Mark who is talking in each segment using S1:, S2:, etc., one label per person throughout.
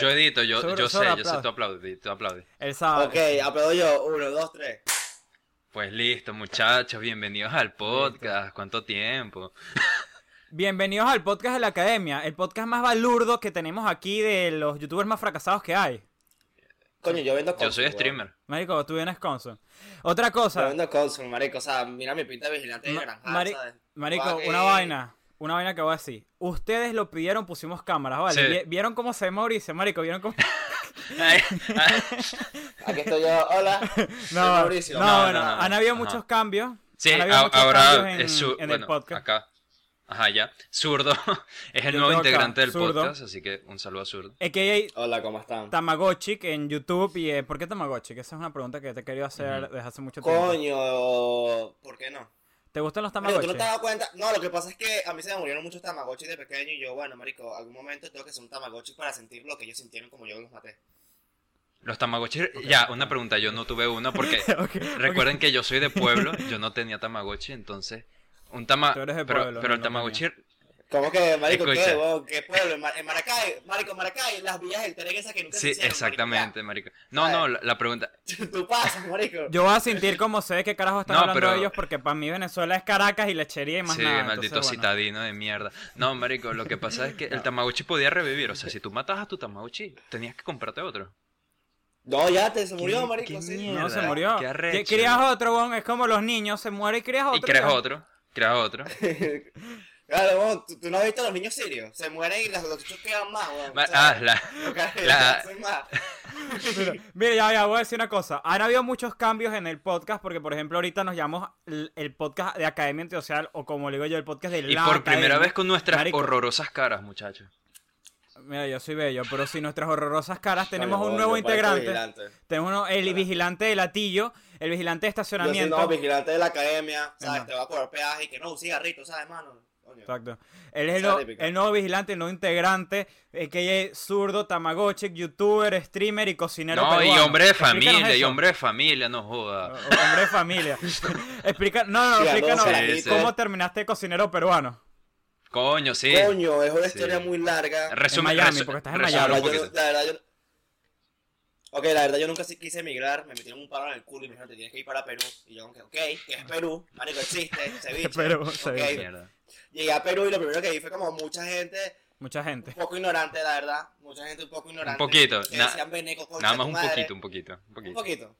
S1: Benito, yo,
S2: Seguro-
S1: yo sé,
S2: seguro
S1: yo sé,
S2: aplaude.
S1: tú aplaudes, tú aplaudes.
S2: El sábado.
S3: Ok, aplaudo yo. Uno, dos, tres.
S1: Pues listo, muchachos, bienvenidos al podcast. ¿Cuánto tiempo?
S2: Bienvenidos al podcast de la academia, el podcast más balurdo que tenemos aquí de los youtubers más fracasados que hay.
S3: Coño, yo vendo
S1: Yo
S3: Consul,
S1: soy
S3: weón.
S1: streamer.
S2: Marico, tú vienes consul. Otra
S3: Yo
S2: cosa,
S3: vendo Consul, marico. O sea, mira mi pinta de vigilante de
S2: Ma-
S3: naranja,
S2: mari-
S3: ¿sabes?
S2: Marico,
S3: Guau,
S2: una
S3: eh.
S2: vaina. Una vaina que voy a decir. Ustedes lo pidieron, pusimos cámaras, ¿vale?
S1: Sí.
S2: Vi- ¿Vieron cómo se ve Mauricio, Marico? ¿Vieron cómo.?
S1: Ay, ay.
S3: Aquí estoy yo. Hola. soy Mauricio.
S2: no,
S1: No,
S2: bueno,
S1: no, no, no.
S2: han habido
S1: Ajá.
S2: muchos cambios.
S1: Sí,
S2: han habido
S1: a-
S2: muchos
S1: ahora
S2: cambios en,
S1: es su-
S2: en el
S1: bueno,
S2: podcast.
S1: acá. Ajá, ya. Zurdo es el
S2: Yo
S1: nuevo
S2: tengo acá,
S1: integrante del
S2: Zurdo.
S1: podcast, así que un saludo a Zurdo.
S2: AKA
S3: Hola, ¿cómo están?
S2: Tamagotchi en YouTube. y eh, ¿Por qué Tamagotchi? Que esa es una pregunta que te he querido hacer
S1: Ujú.
S2: desde hace mucho tiempo.
S3: Coño, ¿por qué no?
S2: ¿Te gustan los
S3: Marico, ¿tú
S2: Tamagotchi?
S3: no te has dado cuenta? No, lo que pasa es que a mí se me murieron muchos tamagotchis de pequeño y yo, bueno, marico, algún momento tengo que ser un tamagotchi para sentir lo que ellos sintieron como yo los maté.
S1: Los Tamagotchi, ya, una pregunta, yo no tuve uno porque
S2: Ok, ok.
S1: recuerden que yo soy de pueblo, yo no tenía Tamagotchi, entonces un tama,
S2: Tú eres de
S1: pero,
S2: pueblo,
S1: pero el
S2: no
S1: Tamagotchi,
S3: ¿Cómo que, marico, qué,
S1: Escucha.
S3: huevón? ¿Qué pueblo? En, Mar- en Maracay, marico, Maracay, las villas del tren esas que nunca
S1: sí,
S3: se hicieron,
S1: exactamente, marico. No, no, la, la pregunta,
S3: marico, ya. Tú pasas, marico.
S2: Yo voy a sentir como sé de qué carajo están
S1: No,
S2: hablando
S1: pero-
S2: ellos porque para mí Venezuela es Caracas y lechería y más
S1: sí,
S2: nada.
S1: maldito
S2: entonces, bueno.
S1: citadino de mierda. No, marico, lo que pasa es que el Tamagotchi podía revivir, o sea, si tú matabas a tu Tamagotchi, tenías que comprarte otro.
S3: No, ya te se murió,
S1: ¿Qué-
S3: marico.
S1: qué
S3: sí.
S1: mierda?
S2: No, se murió.
S1: Qué
S2: Que-
S1: arrecho.
S2: Crías otro, bon, es como los niños, se muere y crías otro.
S1: Y creas
S2: weón.
S1: otro, creas otro.
S3: Claro, huevón, ¿tú, tú no has visto a los niños sirios. Se mueren y los, los chuchos quedan más, huevón.
S1: Ma-
S3: ¿sabes?
S1: Ah, la,
S3: Los carajos
S1: la-
S3: hacen más.
S2: Mira, mira, ya, ya, voy a decir una cosa. Han habido muchos cambios en el podcast porque, por ejemplo, ahorita nos llamamos el, el podcast de Academia Antisocial o como le digo yo, el podcast de
S1: y
S2: la
S1: por primera
S2: Academia.
S1: vez con nuestras
S2: Marico.
S1: horrorosas caras, muchachos.
S2: Mira, yo soy bello, pero si nuestras horrorosas caras tenemos
S3: Coño,
S2: un
S3: huevón,
S2: nuevo
S3: yo parezco
S2: integrante.
S3: vigilante.
S2: Tenemos uno, el vigilante de latillo, el vigilante
S3: Yo soy
S2: de estacionamiento.
S3: no, vigilante de la academia, ¿sabes?
S2: Ajá.
S3: Te va a cobrar peaje y que no, un cigarrito, ¿sabes, mano? Coño.
S2: Exacto. Él
S3: Esa
S2: es el,
S3: es
S2: nuevo-
S3: la típica.
S2: el nuevo vigilante, el nuevo integrante, eh, que es zurdo, tamagotchi, youtuber, streamer y cocinero
S1: No, y
S2: peruano.
S1: hombre de
S2: Explícanos
S1: familia, y
S2: eso.
S1: hombre de familia, no
S2: O-
S1: joda.
S2: Hombre de familia. Explica, no, no, no,
S3: Sí,
S2: explícanos
S3: algo así,
S1: sí.
S2: cómo terminaste de cocinero peruano.
S1: Coño, sí.
S3: Coño, es una
S1: Sí.
S3: historia muy larga.
S1: Resume,
S2: En Miami,
S1: resu-
S2: porque estás en
S1: resume
S2: Miami.
S1: un
S3: la, verdad, yo,
S1: poquito.
S3: no- la verdad, yo no- Ok, la verdad, yo nunca sí quise emigrar. Me metieron un palo en el culo y me dijeron, te tienes que ir para Perú. Y yo, ok, ok, ¿qué es Perú? Marico, existe, ceviche.
S2: Perú,
S3: Ok,
S2: ceviche.
S1: Mierda.
S3: Llegué a Perú y lo primero que vi fue como mucha gente
S2: Mucha
S3: un
S2: gente.
S3: poco ignorante, la verdad. Mucha gente un poco ignorante.
S1: poquito,
S3: que
S1: na-
S3: decían, "Veneco, concha
S1: Nada más
S3: tu
S1: un
S3: madre".
S1: poquito, un poquito, un
S3: Un
S1: poquito.
S3: poquito.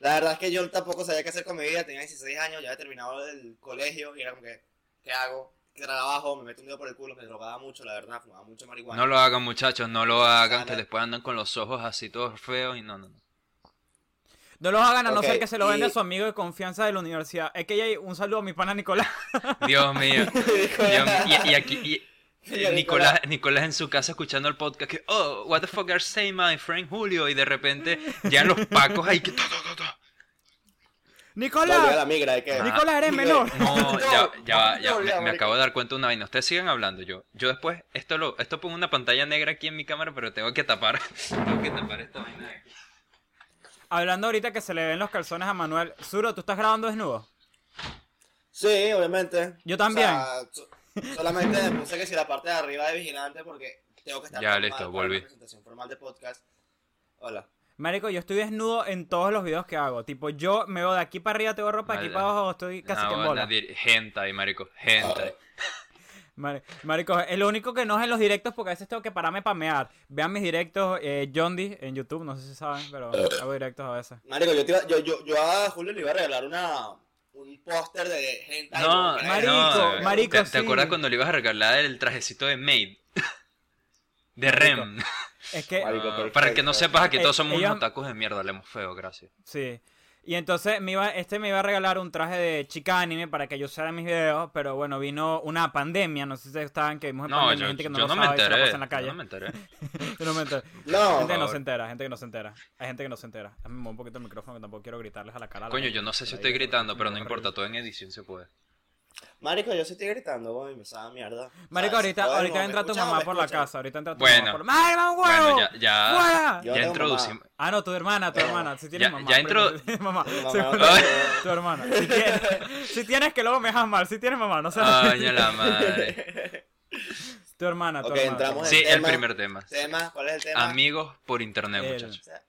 S3: La verdad es que yo tampoco sabía qué hacer con mi vida. Tenía 16 años, ya había terminado el colegio y era como que, ¿qué hago? ¿Qué trabajo? Me meto un dedo por el culo, me drogaba mucho, la verdad, fumaba mucho marihuana.
S1: No lo hagan, muchachos, no lo hagan, que
S3: Sana.
S1: después andan con los ojos así todos feos y no, no, no.
S2: No los hagan a no
S3: Ok,
S2: ser que se lo venda
S3: y-
S2: a su amigo de confianza de la universidad. Es que un saludo a mi pana Nicolás.
S1: Dios mío. Dios mío. Y, y aquí, y-
S3: Señor
S1: eh, Nicolás, Nicolás en su casa escuchando el podcast que, oh, what the fuck are saying my friend Julio, y de repente llegan los pacos ahí que... ta, ta, ta, ta.
S3: Volví a
S2: ¡Nicolás!
S3: la migra, ¿de qué?
S1: Ah.
S2: Nicolás, eres menor.
S1: No, ya, ya, va, ya,
S3: No,
S1: me,
S3: ya,
S1: me
S3: marico.
S1: acabo de dar cuenta de una vaina. Ustedes sigan hablando, yo. Yo después, esto lo, esto pongo una pantalla negra aquí en mi cámara, pero tengo que tapar, tengo que tapar esta vaina. de aquí.
S2: Hablando ahorita que se le ven los calzones a Manuel. Zuro, ¿tú estás grabando desnudo?
S3: Sí, obviamente.
S2: Yo también.
S3: O sea, so- solamente me puse que si la parte de arriba de vigilante porque tengo que estar
S1: Ya,
S3: formal
S1: listo,
S3: para
S1: volví.
S3: una presentación formal de podcast. Hola.
S2: Marico, yo estoy desnudo en todos los videos que hago. Tipo, yo me veo de aquí para arriba, tengo ropa de aquí
S1: Vale.
S2: para abajo, estoy casi
S1: No,
S2: que en bola.
S1: nadie- hentai, marico, hentai.
S2: Mari- Marico, es lo único que no es en los directos porque a veces tengo que pararme para mear. Vean mis directos, eh, Yondi en YouTube, no sé si saben, pero hago directos a veces.
S3: Marico, yo, te iba- yo, yo, yo a Julio le iba a regalar una, un póster de gente.
S1: No, eh,
S3: Ay,
S2: marico,
S1: no,
S2: marico,
S1: ¿Te, te
S2: sí.
S1: acuerdas cuando le ibas a regalar el trajecito de Maid? De Rem.
S2: Es que,
S3: Marico,
S1: Ah,
S3: perfecto.
S1: para el que no sepas, aquí
S2: Eh,
S1: todos somos
S2: ellos-
S1: unos tacos de mierda, le hemos feo, gracias.
S2: sí. Y entonces me iba, este me iba a regalar un traje de chica anime para que yo usara en mis videos, pero bueno, vino una pandemia, no sé si ustedes estaban que vimos en
S1: No,
S2: pandemia,
S1: yo,
S2: gente que no
S1: yo
S2: lo
S1: no me
S2: sabe, se la
S1: enteré.
S2: pasa en la calle.
S1: Yo no me enteré.
S2: Yo no me enteré.
S3: No,
S2: gente que no
S1: favor.
S2: se entera, gente que no se entera. Hay gente que no se entera. Dame un poquito el micrófono que tampoco quiero gritarles a la cara. a la
S1: Coño,
S2: gente,
S1: yo no sé si
S2: por ahí,
S1: estoy gritando,
S2: me
S1: pero no
S2: da
S1: importa,
S2: risa.
S1: todo en edición se puede.
S3: Marico, yo sí estoy gritando, güey, me sabe a mierda.
S2: Marico,
S3: ¿Sabes?
S2: ahorita,
S3: Todo el
S2: ahorita
S3: mundo,
S2: entra
S3: ¿me
S2: tu
S3: escuchan o
S2: mamá
S3: me
S2: por la
S3: escuchan?
S2: casa, ahorita entra tu
S1: Bueno.
S2: mamá por la... ¡Madre, mamá, un huevo!
S1: Bueno, ya, ya,
S2: ¡Fuera!
S3: Yo
S1: ya
S3: tengo
S1: introducimos.
S2: Ah, no, tu hermana, tu
S3: Eh,
S2: hermana. Si tienes
S1: ya-
S2: mamá.
S1: ya
S2: primo,
S1: entro-
S2: si tienes mamá.
S3: Mi mamá
S2: Sí,
S3: no
S2: tu-
S3: te-
S2: tu hermana. Si
S1: Ah.
S2: tienes, si tienes que luego me dejas mal. Si tienes mamá, no sé.
S1: Coño, la madre.
S2: Tu hermana, tu
S3: Ok,
S2: hermana.
S3: entramos
S1: Sí, el
S3: tema-
S1: primer tema.
S3: ¿Tema? ¿Cuál es el tema?
S1: Amigos por internet,
S2: El-
S3: O
S1: muchachos.
S3: sea,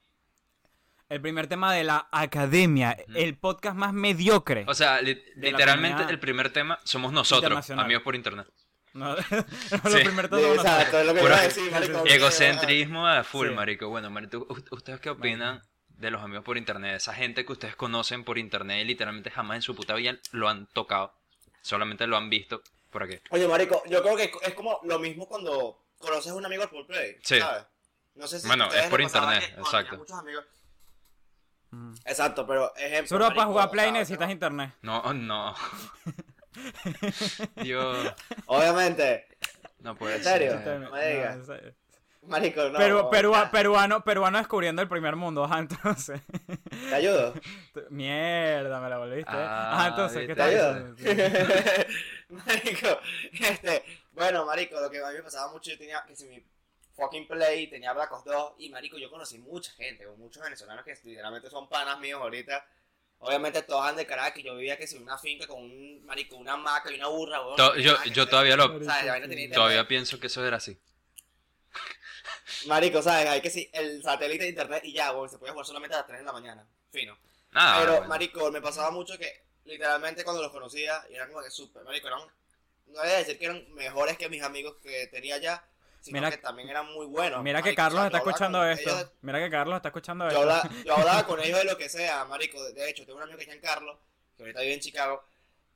S2: El primer tema de la academia, el podcast más mediocre.
S1: O sea, li-
S2: la
S1: literalmente
S2: comunidad
S1: el primer tema somos nosotros,
S2: internacional.
S1: amigos por internet.
S2: No, no,
S1: Sí.
S2: lo primero todo
S3: de-
S2: no, no,
S3: Exacto, es lo que
S1: Puro
S3: iba a decir, marico.
S1: Egocentrismo a full,
S2: Sí.
S1: marico. Bueno, Mari, ¿tú- u- ¿ustedes qué opinan de los amigos por internet? Esa gente que ustedes conocen por internet y literalmente jamás en su puta vida lo han tocado. Solamente lo han visto por aquí.
S3: Oye, marico, yo creo que es como lo mismo cuando conoces a un amigo por play,
S1: Sí.
S3: ¿sabes? No sé si
S1: Bueno,
S3: a ustedes
S1: es por
S3: les pasaba
S1: internet,
S3: que, coño, tenía
S1: exacto.
S3: muchos amigos.
S2: Mm.
S3: Exacto, pero ejemplo.
S2: Solo para
S3: marico,
S2: jugar
S3: o
S2: Play
S3: sea,
S2: necesitas
S3: yo-
S2: internet.
S1: No, no. Dios,
S3: Obviamente,
S1: no puede
S3: ¿En serio?
S1: ser.
S3: no me digas.
S2: en serio.
S3: marico, no.
S2: Perú-
S3: o
S2: perua-
S3: sea,
S2: peruano, peruano descubriendo el primer mundo, ajá, entonces.
S3: Te ayudo.
S2: Tú- Mierda, me la volviste.
S1: Ah,
S2: ajá, entonces, ¿qué
S1: ¿viste?
S3: Te
S2: tal?
S3: ayudo.
S2: Sí, sí.
S3: marico, este, bueno, marico, lo que a mí me pasaba mucho, yo tenía que si mi fucking play tenía Black Ops 2 y marico, yo conocí mucha gente, o muchos venezolanos que literalmente son panas míos ahorita. Obviamente todos andan de Caracas, y yo vivía que si en una finca con un marico, una maca y una burra, weón.
S1: To-
S3: no
S1: yo,
S3: nada que
S1: yo
S3: hacer.
S1: todavía lo,
S3: ¿Sabes? La vaina tenía internet.
S1: todavía pienso que eso era así.
S3: Marico, ¿sabes? Hay que sí, el satélite de internet y ya, weón, se puede jugar solamente a las 3 de la mañana. Fino.
S1: Ah,
S3: Pero,
S1: bueno.
S3: marico, me pasaba mucho que literalmente cuando los conocía, eran como que súper, marico, eran, no voy a decir que eran mejores que mis amigos que tenía ya, sino
S2: Mira-
S3: que también eran muy buenos.
S2: Mira que
S3: marico, o sea,
S2: Carlos está
S3: yo hablaba
S2: escuchando
S3: con
S2: esto.
S3: ellos-
S2: Mira que Carlos está escuchando
S3: yo,
S2: esto.
S3: hablaba, yo hablaba con ellos de lo que sea, marico, de- de hecho, tengo un amigo que se llama Carlos, que ahorita vive en Chicago,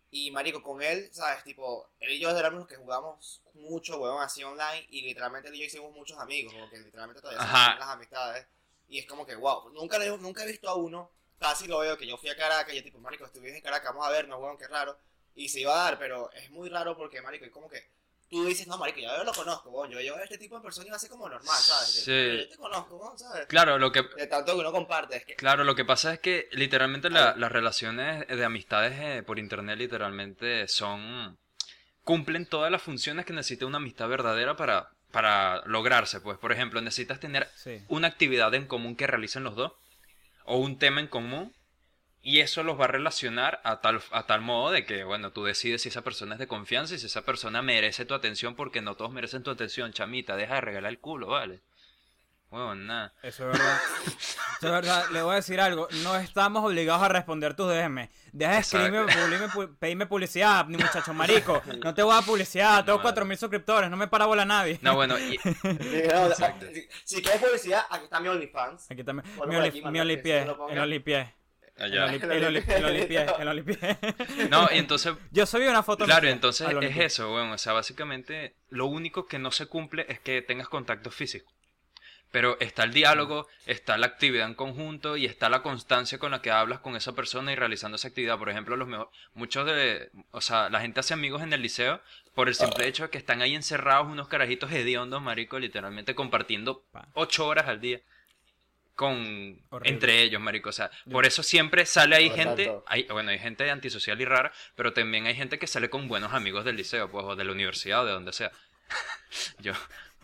S3: y marico, con él, ¿sabes? Tipo, él y yo éramos los que jugamos mucho, weón, así online, y literalmente él y yo hicimos muchos amigos, porque literalmente todavía se
S1: Ajá.
S3: mantienen las amistades, y es como que, wow, nunca, le- nunca he visto a uno, casi lo veo, que yo fui a Caracas, y yo tipo, marico, estuviste en Caracas, vamos a vernos, weón, qué raro, y se iba a dar, pero es muy raro porque, marico, es como que tú dices, no, marico, ya yo lo conozco, weón, yo yo a este tipo de persona y va a ser como normal, ¿sabes?
S1: Sí.
S3: Pero Yo te conozco, weón, ¿sabes?
S1: Claro, lo que,
S3: De tanto que uno comparte, es que
S1: Claro, lo que pasa es que literalmente la-
S3: Ah.
S1: las relaciones de amistades eh, por internet literalmente son... cumplen todas las funciones que necesita una amistad verdadera para, para lograrse. Pues, por ejemplo, necesitas tener
S2: Sí.
S1: una actividad en común que realicen los dos o un tema en común y eso los va a relacionar a tal, a tal modo de que, bueno, tú decides si esa persona es de confianza y si esa persona merece tu atención porque no todos merecen tu atención, chamita, deja de regalar el culo, ¿vale? Bueno, nada.
S2: Eso es verdad. Eso es verdad. Le voy a decir algo. No estamos obligados a responder tus DM. Deja de escribirme,
S1: Exacto.
S2: publicarme, pu- pedirme publicidad, ni muchacho marico. No te voy a dar publicidad. Tengo
S1: Madre.
S2: 4.000 suscriptores. No me para bola nadie.
S1: No, bueno, y-
S3: Dijeron,
S1: Exacto.
S3: Si, si quieres publicidad, aquí está mi OnlyFans.
S2: Aquí también.
S3: Ponlo
S2: Mi
S3: por
S2: oli-
S3: aquí, mano,
S2: mi
S3: que
S2: olipié.
S3: se lo ponga.
S2: El olipié. El
S1: allá.
S2: oli- el oli- el olipié. El olipié.
S1: No, y entonces,
S2: Yo subí una foto.
S1: claro,
S2: mía
S1: entonces
S2: al
S1: es
S2: olipié.
S1: eso, weón. O sea, básicamente lo único que no se cumple es que tengas contacto físico. Pero está el diálogo, está la actividad en conjunto y está la constancia con la que hablas con esa persona y realizando esa actividad. Por ejemplo, los mejor, muchos de, o sea, la gente hace amigos en el liceo por el simple hecho de que están ahí encerrados unos carajitos hediondos, marico, literalmente compartiendo
S2: Pa.
S1: ocho horas al día con
S2: Horrible.
S1: entre ellos, marico. O sea, por eso siempre sale ahí
S3: Exacto.
S1: gente, hay, bueno, hay gente antisocial y rara, pero también hay gente que sale con buenos amigos del liceo, pues, o de la universidad, o de donde sea. Yo,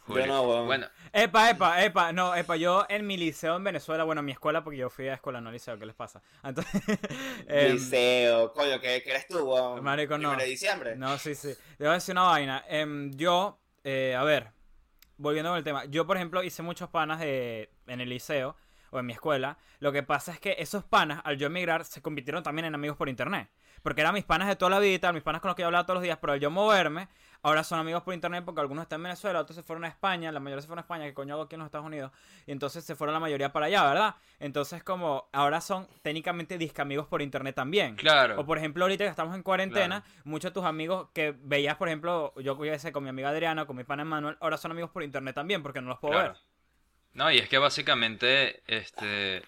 S1: Julio.
S3: no, weón.
S1: Bueno,
S2: Epa, epa, epa, no, epa, yo en mi liceo en Venezuela, bueno, mi escuela, porque yo fui a escuela, no liceo, ¿qué les pasa? Entonces, em,
S3: Liceo, coño, ¿qué, qué eres tú, weón?
S2: Marico, no.
S3: Primero de diciembre.
S2: no, sí, sí, te voy a decir una vaina, Em, yo, eh, a ver, volviendo con el tema, yo, por ejemplo, hice muchos panas de, en el liceo, o en mi escuela, lo que pasa es que esos panas, al yo emigrar, se convirtieron también en amigos por internet, porque eran mis panas de toda la vida, mis panas con los que yo hablaba todos los días, pero al yo moverme, ahora son amigos por internet, porque algunos están en Venezuela, otros se fueron a España, la mayoría se fueron a España, que coño hago aquí en los Estados Unidos, Y entonces se fueron la mayoría para allá, ¿verdad? Entonces, como ahora son técnicamente disque amigos por internet también.
S1: claro.
S2: O por ejemplo, ahorita que estamos en cuarentena, muchos de tus amigos que veías, por ejemplo, yo que sé, con mi amiga Adriana, con mi pana Manuel, ahora son amigos por internet también, porque no los puedo
S1: Claro.
S2: ver.
S1: No, y es que básicamente, este,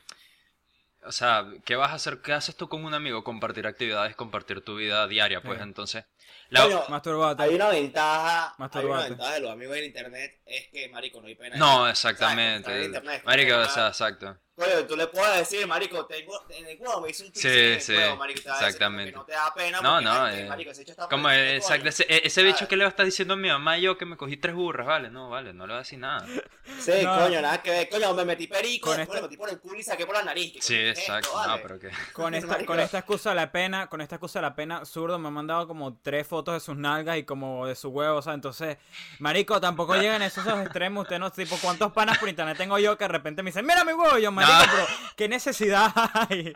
S1: o sea, ¿qué vas a hacer? ¿Qué haces tú con un amigo? Compartir actividades, compartir tu vida diaria, pues
S2: Ajá.
S1: entonces. la-
S3: Coño,
S2: Masturbate.
S3: hay una ventaja. Hay
S2: Masturbate.
S3: una ventaja de los amigos en internet es que, marico, no hay pena.
S1: No,
S3: Exacto,
S1: exactamente.
S3: está en internet,
S1: Marico,
S3: no hay
S1: o sea,
S3: nada.
S1: exacto.
S3: Oye, tú le puedes decir, marico, tengo, en el huevo me hizo un
S1: Sí,
S3: chiste
S1: sí,
S3: marico, te va a decir como que
S1: exactamente.
S3: No te da pena.
S1: No,
S3: porque,
S1: no,
S3: ay,
S1: eh,
S3: marico, ese hecho está
S1: Como
S3: perdido,
S1: eh, exacto,
S3: coño.
S1: ese, eh, ese bicho
S3: ¿sabes?
S1: que le va a estar diciendo a mi mamá y yo que me cogí tres burras, vale, no, vale, no le voy a decir nada.
S3: Sí,
S2: No.
S3: coño, nada que ver. Coño, me metí perico,
S2: Con
S3: después
S2: esta-
S3: me metí por el culo y saqué por la nariz. ¿Qué
S1: Sí,
S3: coño es esto,
S1: exacto, no,
S3: vale?
S1: pero que...
S2: Con esta,
S3: Marico.
S2: con esta excusa de la pena, con esta excusa de la pena, zurdo me ha mandado como tres fotos de sus nalgas y como de su huevo, o sea, entonces, marico, tampoco llegan a esos extremos, usted no, tipo, ¿cuántos panas por internet tengo yo que de repente me dicen, mira mi huevo, Y yo, marico, pero, ¿qué necesidad hay?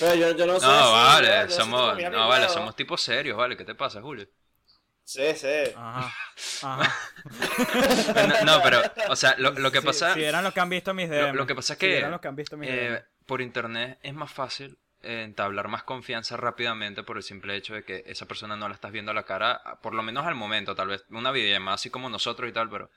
S3: Pero Eh, yo, yo no
S1: No,
S3: soy así,
S1: vale,
S3: yo soy como,
S1: somos,
S3: mira mi
S1: no, vale,
S3: huevo.
S1: somos tipos serios, vale, ¿qué te pasa, Julio?
S3: Sí, sí.
S2: Ajá, ajá.
S1: No, no, pero, o sea, lo, lo que
S2: Si-
S1: pasa...
S2: Si eran los que han visto mis
S1: Lo,
S2: DMs.
S1: lo que pasa es
S2: Si
S1: que,
S2: eran los que han visto mis
S1: eh,
S2: DMs.
S1: por internet es más fácil eh, entablar más confianza rápidamente por el simple hecho de que esa persona no la estás viendo a la cara, a- por lo menos al momento, tal vez una videollamada así como nosotros y tal, pero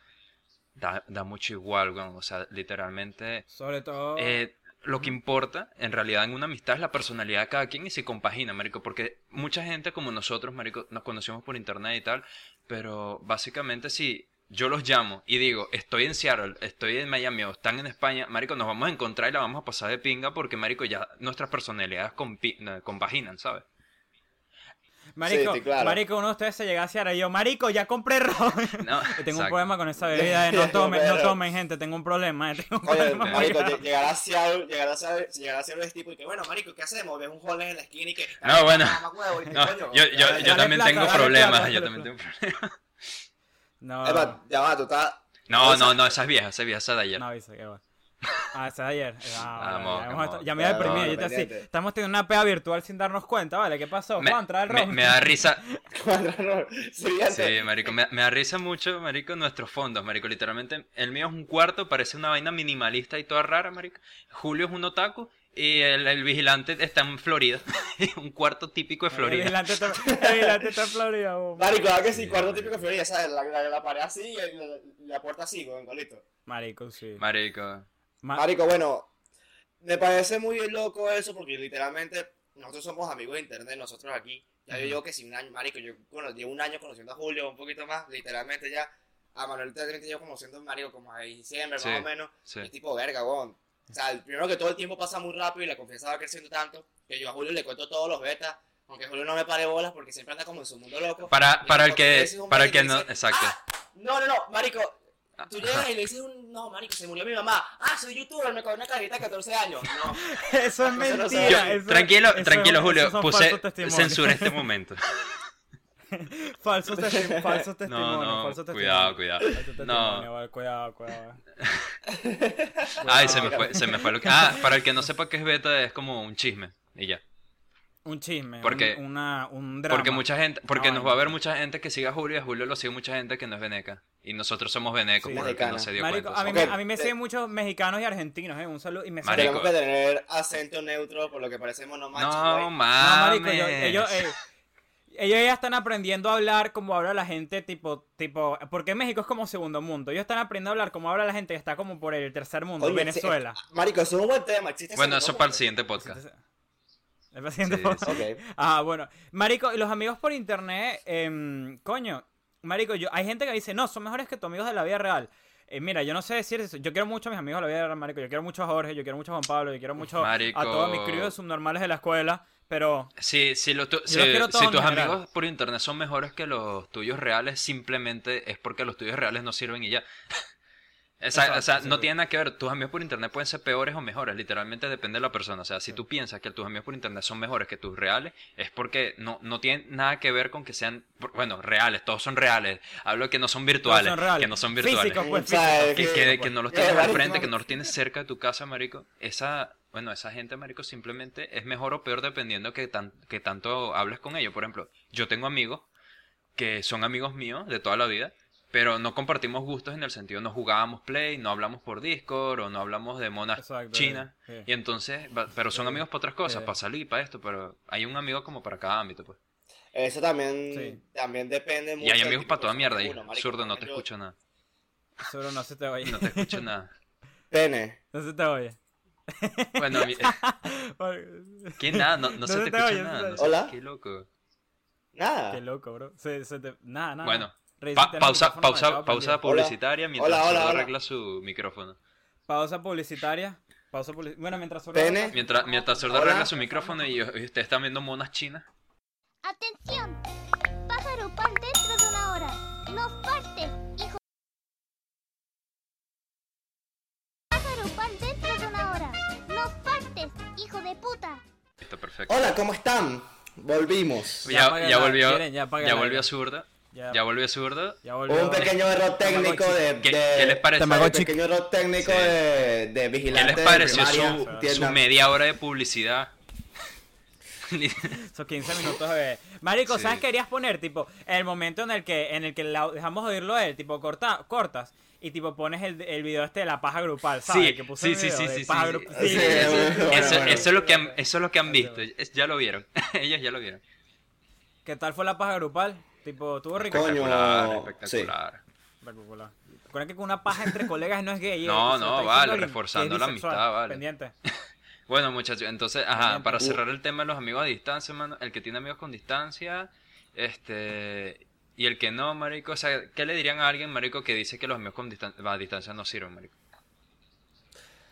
S1: da, da mucho igual, weón, o sea, literalmente
S2: Sobre todo...
S1: eh, lo que importa en realidad en una amistad es la personalidad de cada quien y si compagina, marico, porque mucha gente como nosotros, marico, nos conocemos por internet y tal, pero básicamente si yo los llamo y digo, estoy en Seattle, estoy en Miami o están en España, marico, nos vamos a encontrar y la vamos a pasar de pinga porque, marico, ya nuestras personalidades compi- eh, compaginan, ¿sabes?
S2: Marico,
S3: sí, claro.
S2: marico, uno de ustedes se llega a Ciara y yo, marico, ya compré ron.
S1: No,
S2: Tengo un
S1: exacto.
S2: problema con esa bebida de no tomen, no tomen, gente, tengo un problema, eh, tengo un
S3: Oye,
S2: problema muy
S3: marico,
S2: grave.
S3: lle- llegar a Seattle, llegar a Seattle, llegar a Seattle es tipo, y que bueno, marico, ¿qué hacemos? Ves un joven en la esquina y que...
S1: No, bueno.
S3: mamá huevo, y que,
S1: No,
S3: coño,
S1: yo, yo-
S3: ya-
S1: yo
S2: dale
S1: también
S2: plata,
S1: tengo
S2: dale
S1: problemas,
S2: plata,
S1: yo
S2: dale
S1: también tengo problemas.
S2: No,
S3: Epa, ya va, tú estás...
S1: No, no, no, esa es vieja, esa es vieja, esa es de ayer.
S2: no avisa, que va. Ah, ese es ayer. Ah, vale,
S1: Vamos,
S2: ya,
S1: vamos.
S2: hemos- ya me había
S3: Vamos,
S2: deprimido, yo te así.
S3: pendiente.
S2: Estamos teniendo una pea virtual sin darnos cuenta, ¿vale? ¿Qué pasó?
S1: Me-
S2: Juan, trae el
S1: me-
S2: ron.
S1: me da risa, Sí,
S3: Siguiente.
S1: marico, me, me da risa mucho, marico, nuestros fondos, marico, literalmente, el mío es un cuarto, parece una vaina minimalista y toda rara, marico, Julio es un otaku y el, el vigilante está en Florida, un cuarto típico de
S2: El
S1: Florida,
S2: vigilante está, el vigilante está en Florida, vos.
S3: Marico, ah, que sí,
S1: Sí,
S3: cuarto
S1: marico.
S3: típico de Florida, ¿sabes? La, la, la pared así y la, la puerta así, con colito.
S2: Marico, sí.
S1: marico,
S2: Ma-
S3: Marico, bueno, me parece muy loco eso porque literalmente nosotros somos amigos de internet, nosotros aquí. Ya yo
S1: Ujú.
S3: llevo que si un año, marico, yo bueno, llevo un año conociendo a Julio, un poquito más, literalmente ya. A Manuel literalmente llevo conociendo a marico como a diciembre,
S1: Sí.
S3: más o menos.
S1: sí.
S3: Es tipo, verga, weón. O sea, el- primero que todo el tiempo pasa muy rápido y la confianza va creciendo tanto que yo a Julio le cuento todos los betas, aunque Julio no me pare bolas porque siempre anda como en su mundo loco.
S1: Para,
S3: Y
S1: para
S3: cuando
S1: el
S3: le
S1: que,
S3: dices un
S1: para el
S3: marico
S1: que
S3: y
S1: no,
S3: dice,
S1: exacto,
S3: "Ah, No, no, no, marico. Tú
S1: Ajá.
S3: llegas y le dices, un, no, marico, se murió mi mamá. Ah, soy youtuber, me cagó una carita de 14 años. No,
S2: Eso
S3: Yo-
S2: es mentira.
S1: Yo-
S2: eso-
S1: tranquilo,
S2: eso es-
S1: tranquilo,
S2: esos
S1: Julio,
S2: son
S1: puse
S2: falsos testimonios.
S1: censura este momento,
S2: Falsos, testi- falsos testimonios.
S1: no, no,
S2: falsos
S1: cuidado,
S2: testimonios.
S1: cuidado,
S2: Falsos
S1: No.
S2: testimonios, vale, cuidado, cuidado.
S1: ay, se me fue, se me fue lo que, ah, para el que no sepa qué es beta, es como un chisme, y ya.
S2: Un chisme.
S1: Porque-
S2: un, una, un drama.
S1: Porque mucha gente, porque
S2: Una
S1: nos
S2: vaina.
S1: va a ver mucha gente que siga a Julio y a Julio lo sigue mucha gente que no es veneca. Y nosotros somos venecos
S2: Sí.
S1: por el que no
S3: Mexicana.
S1: se dio
S2: Marico,
S1: cuenta.
S2: a mí,
S1: ¿sabes?
S2: me-
S3: Ok.
S2: a mí me siguen muchos mexicanos y argentinos, ¿eh? Un saludo. Y me siguen-
S1: Marico.
S3: tenemos que tener acento neutro por lo que parecemos no manches,
S1: No
S3: güey.
S2: No,
S1: mames.
S2: marico, yo- ellos, eh, ellos ya están aprendiendo a hablar como habla la gente, tipo, tipo, porque México es como segundo mundo. Ellos están aprendiendo a hablar como habla la gente que está como por el tercer mundo,
S3: Oye,
S2: Venezuela.
S3: sí, eh, marico, eso es un buen tema. existe
S1: bueno,
S3: ese
S1: eso es para el
S3: grupo.
S1: siguiente podcast.
S2: Entonces, el paciente-
S1: Sí, sí.
S3: Ok.
S2: Ah, bueno. Marico, y los amigos por internet, em, coño, Marico, yo, hay gente que dice, no, son mejores que tus amigos de la vida real. Eh, mira, yo no sé decir eso. Yo quiero mucho a mis amigos de la vida real, Marico. Yo quiero mucho a Jorge, yo quiero mucho a Juan Pablo, yo quiero mucho
S1: Marico.
S2: a todos mis críos subnormales de la escuela, pero...
S1: Si, si, lo tu- si-
S2: quiero todos
S1: si
S2: en
S1: tus
S2: general.
S1: amigos por internet son mejores que los tuyos reales, simplemente es porque los tuyos reales no sirven y ya. O sea,
S2: Exacto,
S1: o sea, no
S2: exacto.
S1: tiene nada que ver. Tus amigos por internet pueden ser peores o mejores. Literalmente depende de la persona. O sea, si tú piensas que tus amigos por internet son mejores que tus reales, es porque no, no tiene nada que ver con que sean, bueno, reales. Todos son reales. Hablo que no son
S2: todos
S1: virtuales.
S2: son reales.
S1: Que no son virtuales.
S2: Físicos, pues,
S3: O sea, eh,
S2: físicos,
S3: es
S1: que,
S2: físicos,
S1: que-
S2: pues.
S1: que no los
S3: Ya,
S1: tienes al
S3: marico.
S1: frente, que no los tienes cerca de tu casa, marico. Esa, bueno, esa gente, marico, simplemente es mejor o peor dependiendo que, tan- que tanto hables con ellos. Por ejemplo, yo tengo amigos que son amigos míos de toda la vida, pero no compartimos gustos en el sentido, no jugábamos Play, no hablamos por Discord o no hablamos de monas
S2: Exacto,
S1: chinas.
S2: sí.
S1: Y entonces, va- pero son
S2: Sí,
S1: amigos para otras cosas,
S2: sí.
S1: para salir, para esto, pero hay un amigo como para cada ámbito, pues.
S3: Eso también,
S2: Sí.
S3: también depende mucho.
S1: Y hay
S3: del
S1: amigos
S3: tipo
S1: para
S3: de persona
S1: toda mierda,
S3: que
S1: hijo.
S3: uno, marico.
S1: Zurdo, no te
S3: Yo-
S1: escucho nada.
S2: Solo no se te oye.
S1: No te escucho nada.
S3: Pene.
S2: No se te oye.
S1: Bueno, a mí- ¿Qué nada? No, no, se te, escucha
S2: oye, no se
S1: nada.
S2: te
S1: no
S2: oye.
S1: sé,
S3: Hola.
S1: Qué loco.
S2: Qué
S3: Nada.
S2: loco, bro. Se, se te... Nada, nada.
S1: Bueno,
S2: nada. Revisé
S1: Pa-
S2: el
S1: pausa,
S2: micrófono, me
S1: pausa,
S2: acabo de
S1: pausa
S2: perder.
S1: publicitaria mientras
S3: Hola, hola,
S1: Zurdo
S3: hola.
S1: arregla su micrófono.
S2: Pausa publicitaria. Pausa public- Bueno, mientras sobre.
S3: Pene.
S1: Mientras, mientras Sordo
S3: Hola.
S1: arregla su micrófono y, y ustedes están viendo monas chinas.
S4: ¡Atención! Pájaro pan dentro de una hora. No parte, hijo. Pájaro pan dentro de una hora. No partes, hijo de puta.
S1: Listo, perfecto.
S3: Hola, ¿cómo están? Volvimos.
S2: Ya
S1: Ya,
S2: apaga
S1: ya
S2: la-
S1: volvió,
S2: miren, ya
S1: ya,
S2: apaga la-
S1: volvió a zurda.
S2: Ya,
S1: Ya volvió a zurda.
S2: ya volvió.
S3: Un pequeño error técnico de.
S1: ¿Qué,
S3: de-
S1: qué les parece?
S3: Un
S2: Tamagotchi.
S3: pequeño error técnico
S1: Sí.
S3: de, de
S1: ¿Qué
S3: vigilante.
S1: les pareció
S3: de
S1: su,
S3: primaria,
S1: su
S3: tienda.
S1: media hora de publicidad?
S2: Esos 15 minutos de. Marico,
S1: Sí.
S2: ¿sabes qué querías poner? Tipo, el momento en el que, en el que la- dejamos oírlo a él, tipo, corta, cortas. Y tipo, pones el, el video este de la paja grupal, ¿sabes?
S1: Sí,
S2: que puse
S1: sí,
S2: un
S1: sí,
S2: video
S1: sí,
S2: de
S1: sí,
S2: paja
S1: sí,
S2: gru-
S1: sí.
S2: Sí,
S3: Sí,
S2: sí, sí.
S3: bueno, bueno,
S1: eso,
S3: bueno.
S1: eso es lo que han, eso es lo que han visto. es- ya lo vieron. Ellos ya lo vieron.
S2: ¿Qué tal fue la paja grupal? Tipo, tuvo rico.
S3: Coño.
S1: Espectacular,
S3: Sí.
S1: espectacular.
S2: Espectacular. Recuerda que con una paja entre colegas no es gay. ¿eh?
S1: No, no,
S2: Eso está diciendo
S1: vale,
S2: alguien que es
S1: reforzando la
S2: bisexual.
S1: amistad, vale.
S2: Pendiente.
S1: Bueno, muchachos, entonces, ajá,
S2: Bien,
S1: para
S3: pues.
S1: cerrar el tema de los amigos a distancia, mano, el que tiene amigos con distancia, este, y el que no, marico, o sea, ¿qué le dirían a alguien, marico, que dice que los amigos con distan- a distancia no sirven, marico?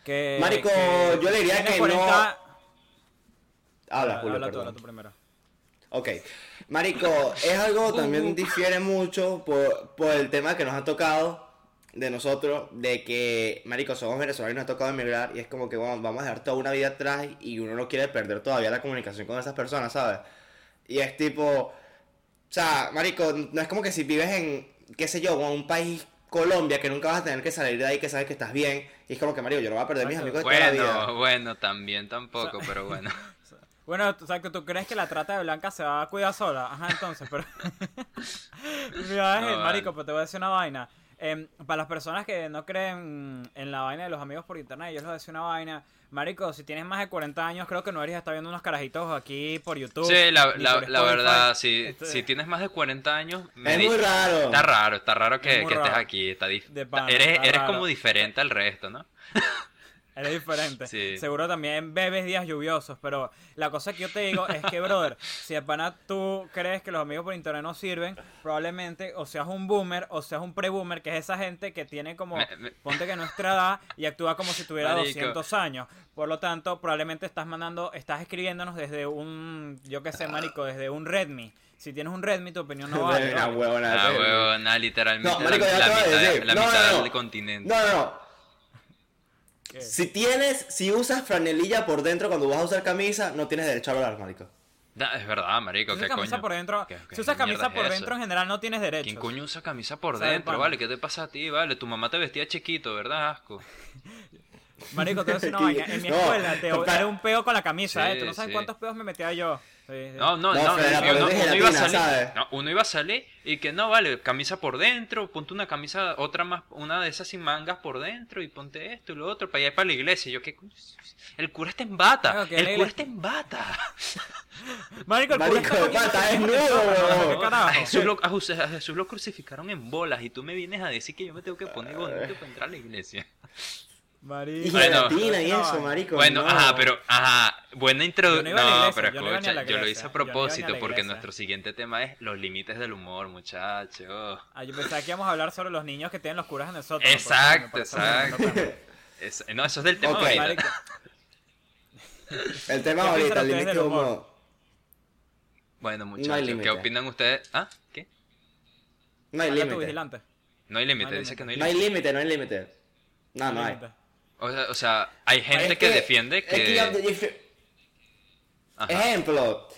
S2: Que,
S3: Marico,
S2: que-
S3: yo le diría
S2: tiene
S3: que
S2: 40
S3: Habla, Julio,
S2: Habla tú,
S3: perdón.
S2: habla tú primero.
S3: Ok. Marico, es algo también difiere mucho por, por el tema que nos ha tocado de nosotros, de que, Marico, somos venezolanos y nos ha tocado emigrar y es como que bueno, vamos a dejar toda una vida atrás y uno no quiere perder todavía la comunicación con esas personas, ¿sabes? Y es tipo, o sea, Marico, no es como que si vives en, qué sé yo, en un país... Colombia, que nunca vas a tener que salir de ahí, que sabes que estás bien. Y es como que, Marico, yo no voy a perder mis amigos de toda la
S1: Bueno,
S3: vida.
S1: bueno, también tampoco, pero bueno.
S2: Bueno, o sea, que tú crees que la trata de blanca se va a cuidar sola. Ajá, entonces, pero. Mira,
S1: No,
S2: Ángel,
S1: vale.
S2: marico, pero te voy a decir una vaina. Em, para las personas que no creen en la vaina de los amigos por internet, yo les voy a decir una vaina. Marico, si tienes más de 40 años, creo que no eres estar viendo unos carajitos aquí por YouTube.
S1: Sí, la,
S2: ni
S1: la-
S2: por
S1: la
S2: Spotify.
S1: verdad, si,
S2: Este-
S1: si tienes más de 40 años, me
S3: Es
S1: di-
S3: muy raro.
S1: está raro, está raro que,
S2: Es muy
S1: que estés
S2: raro.
S1: aquí, está dif-
S2: De pana,
S1: eres,
S2: está
S1: eres
S2: raro.
S1: como diferente al resto, ¿no?
S2: Eres diferente.
S1: Sí.
S2: Seguro también bebes días lluviosos, pero la cosa que yo te digo es que, brother, si de pana tú crees que los amigos por internet no sirven, probablemente o seas un boomer o seas un pre-boomer, que es esa gente que tiene como,
S1: Me- me-
S2: ponte que nuestra edad y actúa como si tuviera
S1: Marico.
S2: 200 años. Por lo tanto, probablemente estás mandando, estás escribiéndonos desde un, yo qué
S1: Ah.
S2: sé, marico, desde un Redmi. Si tienes un Redmi, tu opinión no vale.
S3: Una
S2: vale.
S3: huevona,
S1: Ah,
S3: sí.
S1: huevona, literalmente
S3: No, marico,
S1: la,
S3: ya
S1: la
S3: acabo de
S1: mitad,
S3: decir.
S1: la
S3: No,
S1: mitad
S3: no, no.
S1: del continente.
S3: No, no, no.
S2: ¿Qué?
S3: Si tienes, si usas franelilla por dentro cuando vas a usar camisa, no tienes derecho a hablar, marico.
S1: Da- es verdad, marico,
S2: Si usas
S1: qué
S2: camisa
S1: coño.
S2: por dentro,
S1: ¿Qué- qué
S2: si usas
S1: mierda
S2: camisa
S1: es
S2: por
S1: eso?
S2: dentro en general no tienes derecho.
S1: ¿Quién coño usa camisa por
S2: Sabe,
S1: dentro?
S2: pana.
S1: Vale, ¿qué te pasa a ti? Vale, tu mamá te vestía chiquito, ¿verdad? Asco.
S2: Marico, te voy a decir una
S3: Que-
S2: vaina. En mi
S3: no,
S2: escuela te
S3: toca-
S2: daré un peo con la camisa,
S1: Sí,
S2: ¿eh? Tú no sabes
S1: sí.
S2: cuántos peos me metía yo. Sí, sí.
S1: No, no,
S3: No,
S1: no,
S3: pero la
S1: y uno,
S3: pones de
S1: uno iba a
S3: gelatina,
S1: salir,
S3: ¿sabes?
S1: no, uno iba a salir y que no, vale, camisa por dentro, ponte una camisa, otra más, una de esas sin mangas por dentro y ponte esto y lo otro para ir para la iglesia. Y yo, ¿qué? coño? El cura está en bata,
S2: Claro, que la
S1: el
S2: iglesia-
S1: cura está en bata.
S2: Marico, el culo
S3: Marico,
S2: está
S3: de
S2: cogiendo
S3: pata,
S2: el
S3: es
S2: culo de
S3: nudo,
S2: sopa, ¿no?
S3: weón.
S2: ¿Qué carajo?
S1: A Jesús, lo, a José- a Jesús lo crucificaron en bolas y tú me vienes a decir que yo me tengo que poner bonito para entrar a la iglesia.
S2: Marico.
S3: Y
S1: Bueno.
S3: gelatina y
S2: No,
S3: eso,
S2: no.
S3: marico.
S1: Bueno,
S3: no.
S1: ajá, pero, ajá, buena
S2: Yo
S1: introducción.
S2: no
S1: No,
S2: iba a la iglesia,
S1: pero
S2: yo no iba ni a la
S1: escucha, yo lo hice a
S2: iglesia, yo no iba ni a la
S1: propósito porque
S2: iglesia.
S1: nuestro siguiente tema es los límites del humor, muchachos.
S2: Ah, yo pensaba que íbamos a hablar sobre los niños que tienen los curas en el sótano. por eso
S1: Exacto,
S2: me parece muy
S1: exacto.
S2: importante.
S1: Es- no, eso es del tema
S3: Ok.
S1: ahorita.
S2: Marico,
S3: El
S2: ¿Qué
S3: tema ahorita,
S2: piensan
S3: el
S2: ustedes
S3: límite
S2: del humor?
S3: humor.
S1: Bueno,
S3: No hay
S1: muchachos,
S3: límite.
S1: ¿qué opinan ustedes? ¿Ah? ¿Qué?
S3: No hay
S2: habla tu
S3: límite.
S2: vigilante.
S1: No hay límite,
S2: No hay
S1: dice que no hay
S3: No hay
S1: límite.
S3: límite, no hay límite. Ah, No, no hay.
S1: O sea, o sea, hay gente
S3: Es
S1: que defiende
S3: es ya-
S1: que...
S3: dif-
S1: Ajá.
S3: Ejemplo.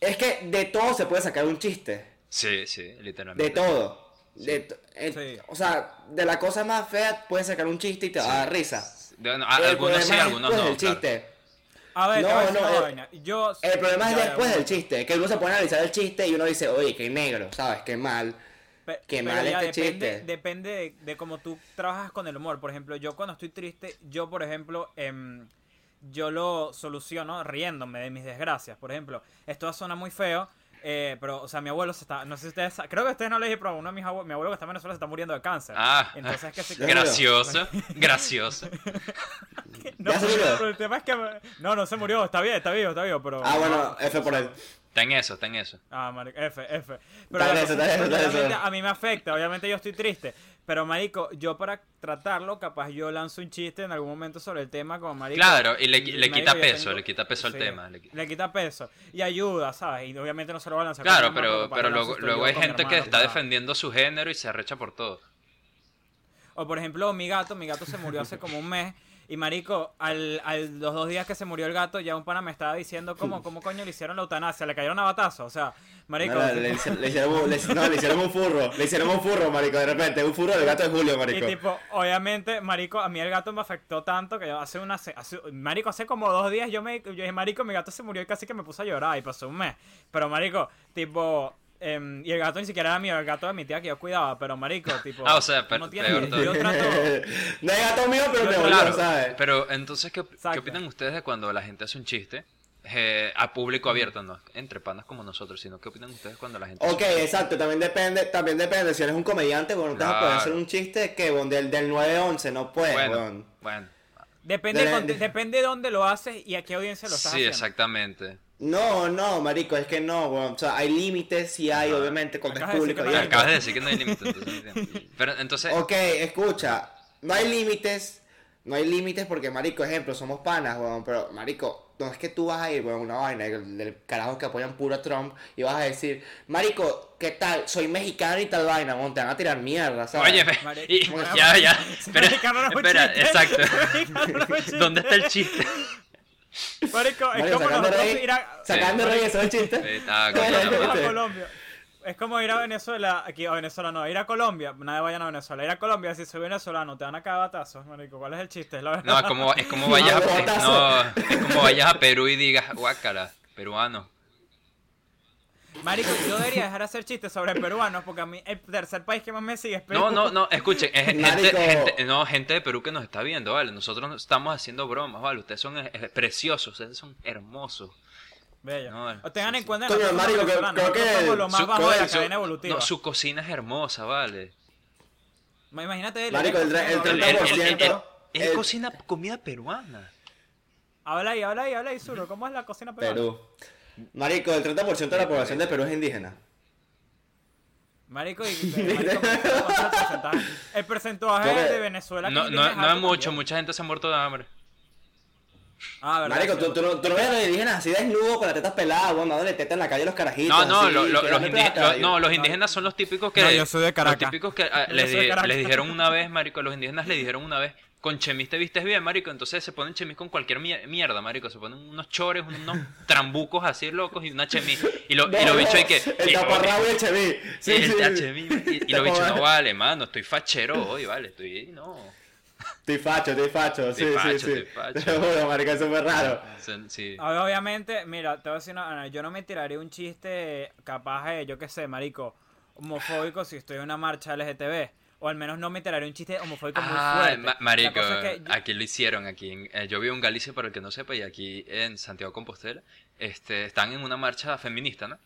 S3: Es que de todo se puede sacar un chiste.
S1: Sí, sí,
S3: De
S1: literalmente.
S3: todo. De to- eh,
S2: Sí.
S3: O sea, de la cosa más fea puedes sacar un chiste y te va a dar risa.
S1: Bueno, a-
S3: El
S1: Ah, algunos sí,
S3: problema es
S1: algunos
S3: después
S1: no.
S3: del
S1: claro.
S3: pues, chiste.
S2: A ver,
S3: No,
S2: te voy a decir
S3: no,
S2: una
S3: el-
S2: vaina. Yo...
S3: El problema es
S2: Ya, ya,
S3: después
S2: bueno.
S3: del chiste, que uno se pone a analizar el chiste y uno dice, oye, qué negro, ¿sabes? Qué mal.
S2: Pe-
S3: Qué
S2: pero
S3: mal
S2: ya
S3: este
S2: depende,
S3: chiste.
S2: Depende de, de cómo tú trabajas con el humor. Por ejemplo, yo cuando estoy triste, yo, por ejemplo, em, yo lo soluciono riéndome de mis desgracias. Por ejemplo, esto suena muy feo. eh, pero, o sea, mi abuelo se está. No sé si ustedes. sa- Creo que ustedes no le dije, pero uno de mis abuelos. Mi abuelo que está en Venezuela se está muriendo de cáncer.
S1: Ah,
S2: Entonces, que se-
S1: gracioso, gracioso.
S2: No,
S3: ¿Ya se murió?
S2: pero el tema es que. me- No, no se murió. Está bien, está vivo, está vivo. Pero.
S3: Ah, bueno, F por él.
S1: Está en eso, está en eso.
S2: Ah, marico, F, F. Pero
S3: Dale
S2: la
S3: eso,
S2: cosa
S3: dale
S2: es que
S3: eso, dale eso.
S2: obviamente a mí me afecta, obviamente yo estoy triste. Pero, marico, yo para tratarlo, capaz yo lanzo un chiste en algún momento sobre el tema como marico.
S1: Claro, y le, le
S2: marico,
S1: quita
S2: yo
S1: peso,
S2: tengo-
S1: le quita peso al
S2: Sí,
S1: tema. le qui-
S2: Le quita peso. Y ayuda, ¿sabes? Y obviamente no se lo va a lanzar.
S1: Claro,
S2: con mi mamá,
S1: pero,
S2: porque
S1: pero
S2: para que lo
S1: luego,
S2: lance
S1: luego
S2: yo
S1: hay
S2: con mi
S1: gente que
S2: hermano,
S1: está
S2: ¿verdad?
S1: defendiendo su género y se arrecha por todo.
S2: O por ejemplo, mi gato, mi gato se murió hace como un mes. Y marico, al, al- los dos días que se murió el gato, ya un pana me estaba diciendo cómo, cómo coño le hicieron la eutanasia, le cayeron a batazo. O sea, marico.
S3: No, no, le, hice- le hicieron un, le- no, le hicieron un furro. Le hicieron un furro, marico, de repente. Un furro del gato de Julio,
S2: y
S3: marico.
S2: tipo, obviamente, marico, a mí el gato me afectó tanto que yo hace una se- hace- marico, hace como dos días yo me yo dije, marico, mi gato se murió y casi que me puse a llorar y pasó un mes. Pero marico, tipo, em, y el gato ni siquiera era mío, el gato de mi tía que yo cuidaba, pero marico, tipo,
S1: Ah, o sea, pe-
S2: no tiene-
S1: peor todo.
S2: yo trato,
S3: no es gato mío, pero me
S1: Claro,
S3: volvió, ¿sabes?
S1: pero entonces, ¿qué, qué
S2: Exacto.
S1: opinan ustedes de cuando la gente hace un chiste eh, a público abierto? No entre panas como nosotros, sino ¿qué opinan ustedes cuando la gente... hace un
S3: Ok,
S1: chiste?
S3: exacto, también depende, también depende. Si eres un comediante, bueno, no te vas a poder
S1: Claro.
S3: hacer un chiste que bon, del, del 9-11, no puedes,
S1: Bueno,
S3: eh, weón.
S1: bueno.
S2: depende,
S3: De-
S2: con-
S3: de-
S2: depende de dónde lo haces y a qué audiencia lo estás
S1: Sí,
S2: haciendo.
S1: exactamente.
S3: No, no, marico, es que no, weón. O sea, hay límites, sí hay,
S1: Ajá.
S3: obviamente, cuando es
S2: Acabas de decir
S3: público.
S2: que no
S1: Me
S2: hay
S3: abierto.
S1: acabas de decir que no hay límite. entonces, no entiendo. Pero entonces,
S3: Ok, escucha, no hay límites, no hay límites porque, marico, ejemplo, somos panas, weón, pero, marico, no es que tú vas a ir, weón, una vaina del, del carajo que apoyan puro a Trump y vas a decir, marico, ¿qué tal? Soy mexicano y tal vaina, weón, te van a tirar mierda, ¿sabes?
S1: oye, ve-
S2: Marico,
S1: y-
S2: bueno,
S1: ya, ya. Espera,
S2: Marico, no es un
S1: espera,
S2: chiste.
S1: exacto.
S2: Marico, no es un chiste.
S1: ¿Dónde está el chiste?
S2: Marico, es
S3: Marico,
S2: como
S3: sacando
S2: nosotros
S3: rey,
S2: ir a...
S3: sacando
S1: Sí.
S3: rey, eso es el chiste.
S1: Eh, ah,
S3: No,
S1: coño,
S2: Marico,
S1: la
S2: ir a
S1: madre.
S2: Colombia. Es como ir a Venezuela, aquí a Venezuela no, ir a Colombia, nadie vayan a Venezuela, ir a Colombia, si soy venezolano, te van a cagar batazos, marico, ¿cuál es el chiste? Es la verdad.
S1: No, es como, es como vayas
S3: No,
S1: a, es-
S3: botazo.
S1: no, es como vayas a Perú y digas, guácala, peruano.
S2: Marico, yo debería dejar de hacer chistes sobre peruanos, porque a mí el tercer país que más me sigue es Perú.
S1: No, no, no, escuchen, es gente,
S3: Marico.
S1: gente- no, gente de Perú que nos está viendo, ¿vale? Nosotros no estamos haciendo bromas, ¿vale? Ustedes son eh, eh, preciosos, ustedes son hermosos.
S2: Bello.
S1: No, vale.
S2: O tengan
S1: Sí,
S2: en
S1: sí.
S2: cuenta
S3: Coño,
S2: nosotros
S3: marico,
S2: somos
S3: creo-
S2: venezolanos,
S3: creo
S2: nosotros
S3: que
S2: somos lo más
S1: Su-
S2: bajo de la
S1: su-
S2: cadena evolutiva.
S1: no, su cocina es hermosa, ¿vale?
S2: Imagínate el-
S3: Marico, el, dre- el
S1: Él- él- él-
S3: 30%.
S1: él- él
S3: el-
S1: cocina comida peruana.
S2: Habla ahí, habla ahí, habla ahí, Zuro, ¿cómo es la cocina peruana?
S3: Perú. Marico, el 30% de la población de Perú es indígena.
S2: Marico, y, marico, ¿cuánto es el porcentaje? el
S3: Creo
S2: porcentaje
S3: que-
S2: de Venezuela que
S1: No,
S2: indígena
S1: no, no es
S2: alto
S1: mucho,
S2: también.
S1: mucha gente se ha muerto de hambre.
S2: Ah, verdad.
S3: Marico, tú,
S2: cierto.
S3: tú, no- tú no ves a los indígenas así desnudos con las tetas peladas, weón, dándole teta en la calle a los carajitos.
S1: No, no,
S3: así,
S1: lo- lo-
S3: que
S1: los,
S3: dándole
S1: indígenas,
S3: plata,
S1: lo-
S3: y-
S1: no, los indígenas son los típicos que.
S2: No, yo soy de Caracas.
S1: Los típicos que ah,
S2: Yo
S1: les,
S2: soy de
S1: di-
S2: Caracas.
S1: les dijeron una vez, Marico, los indígenas les dijeron una vez. Con chemis te vistes bien, marico, entonces se ponen chemis con cualquier mier- mierda, marico, se ponen unos chores, unos trambucos así locos y una chemis. Y lo,
S3: No,
S1: y lo
S3: no,
S1: bicho hay que...
S3: El
S1: y-
S3: taparrabo y el cheví. Sí,
S1: el
S3: sí, sí.
S1: HMI, y, y lo bicho, no vale, mano, estoy fachero hoy, vale, estoy, no.
S3: Estoy facho, estoy facho. Sí,
S1: Estoy facho,
S3: sí, sí.
S1: estoy facho.
S3: Te lo juro, marico, eso fue raro.
S1: Se- sí.
S2: A ver, Obviamente, mira, te voy a decir una, Ana, yo no me tiraría un chiste capaz de, yo qué sé, marico, homofóbico si estoy en una marcha LGTB. O al menos no me tiraría un chiste homofóbico muy
S1: Ah,
S2: fuerte.
S1: ma-
S2: La
S1: marico, ah,
S2: cosa es que yo-
S1: aquí lo hicieron, aquí, en- eh, yo vivo en Galicia para el que no sepa y aquí en Santiago Compostela, este, están en una marcha feminista, ¿no?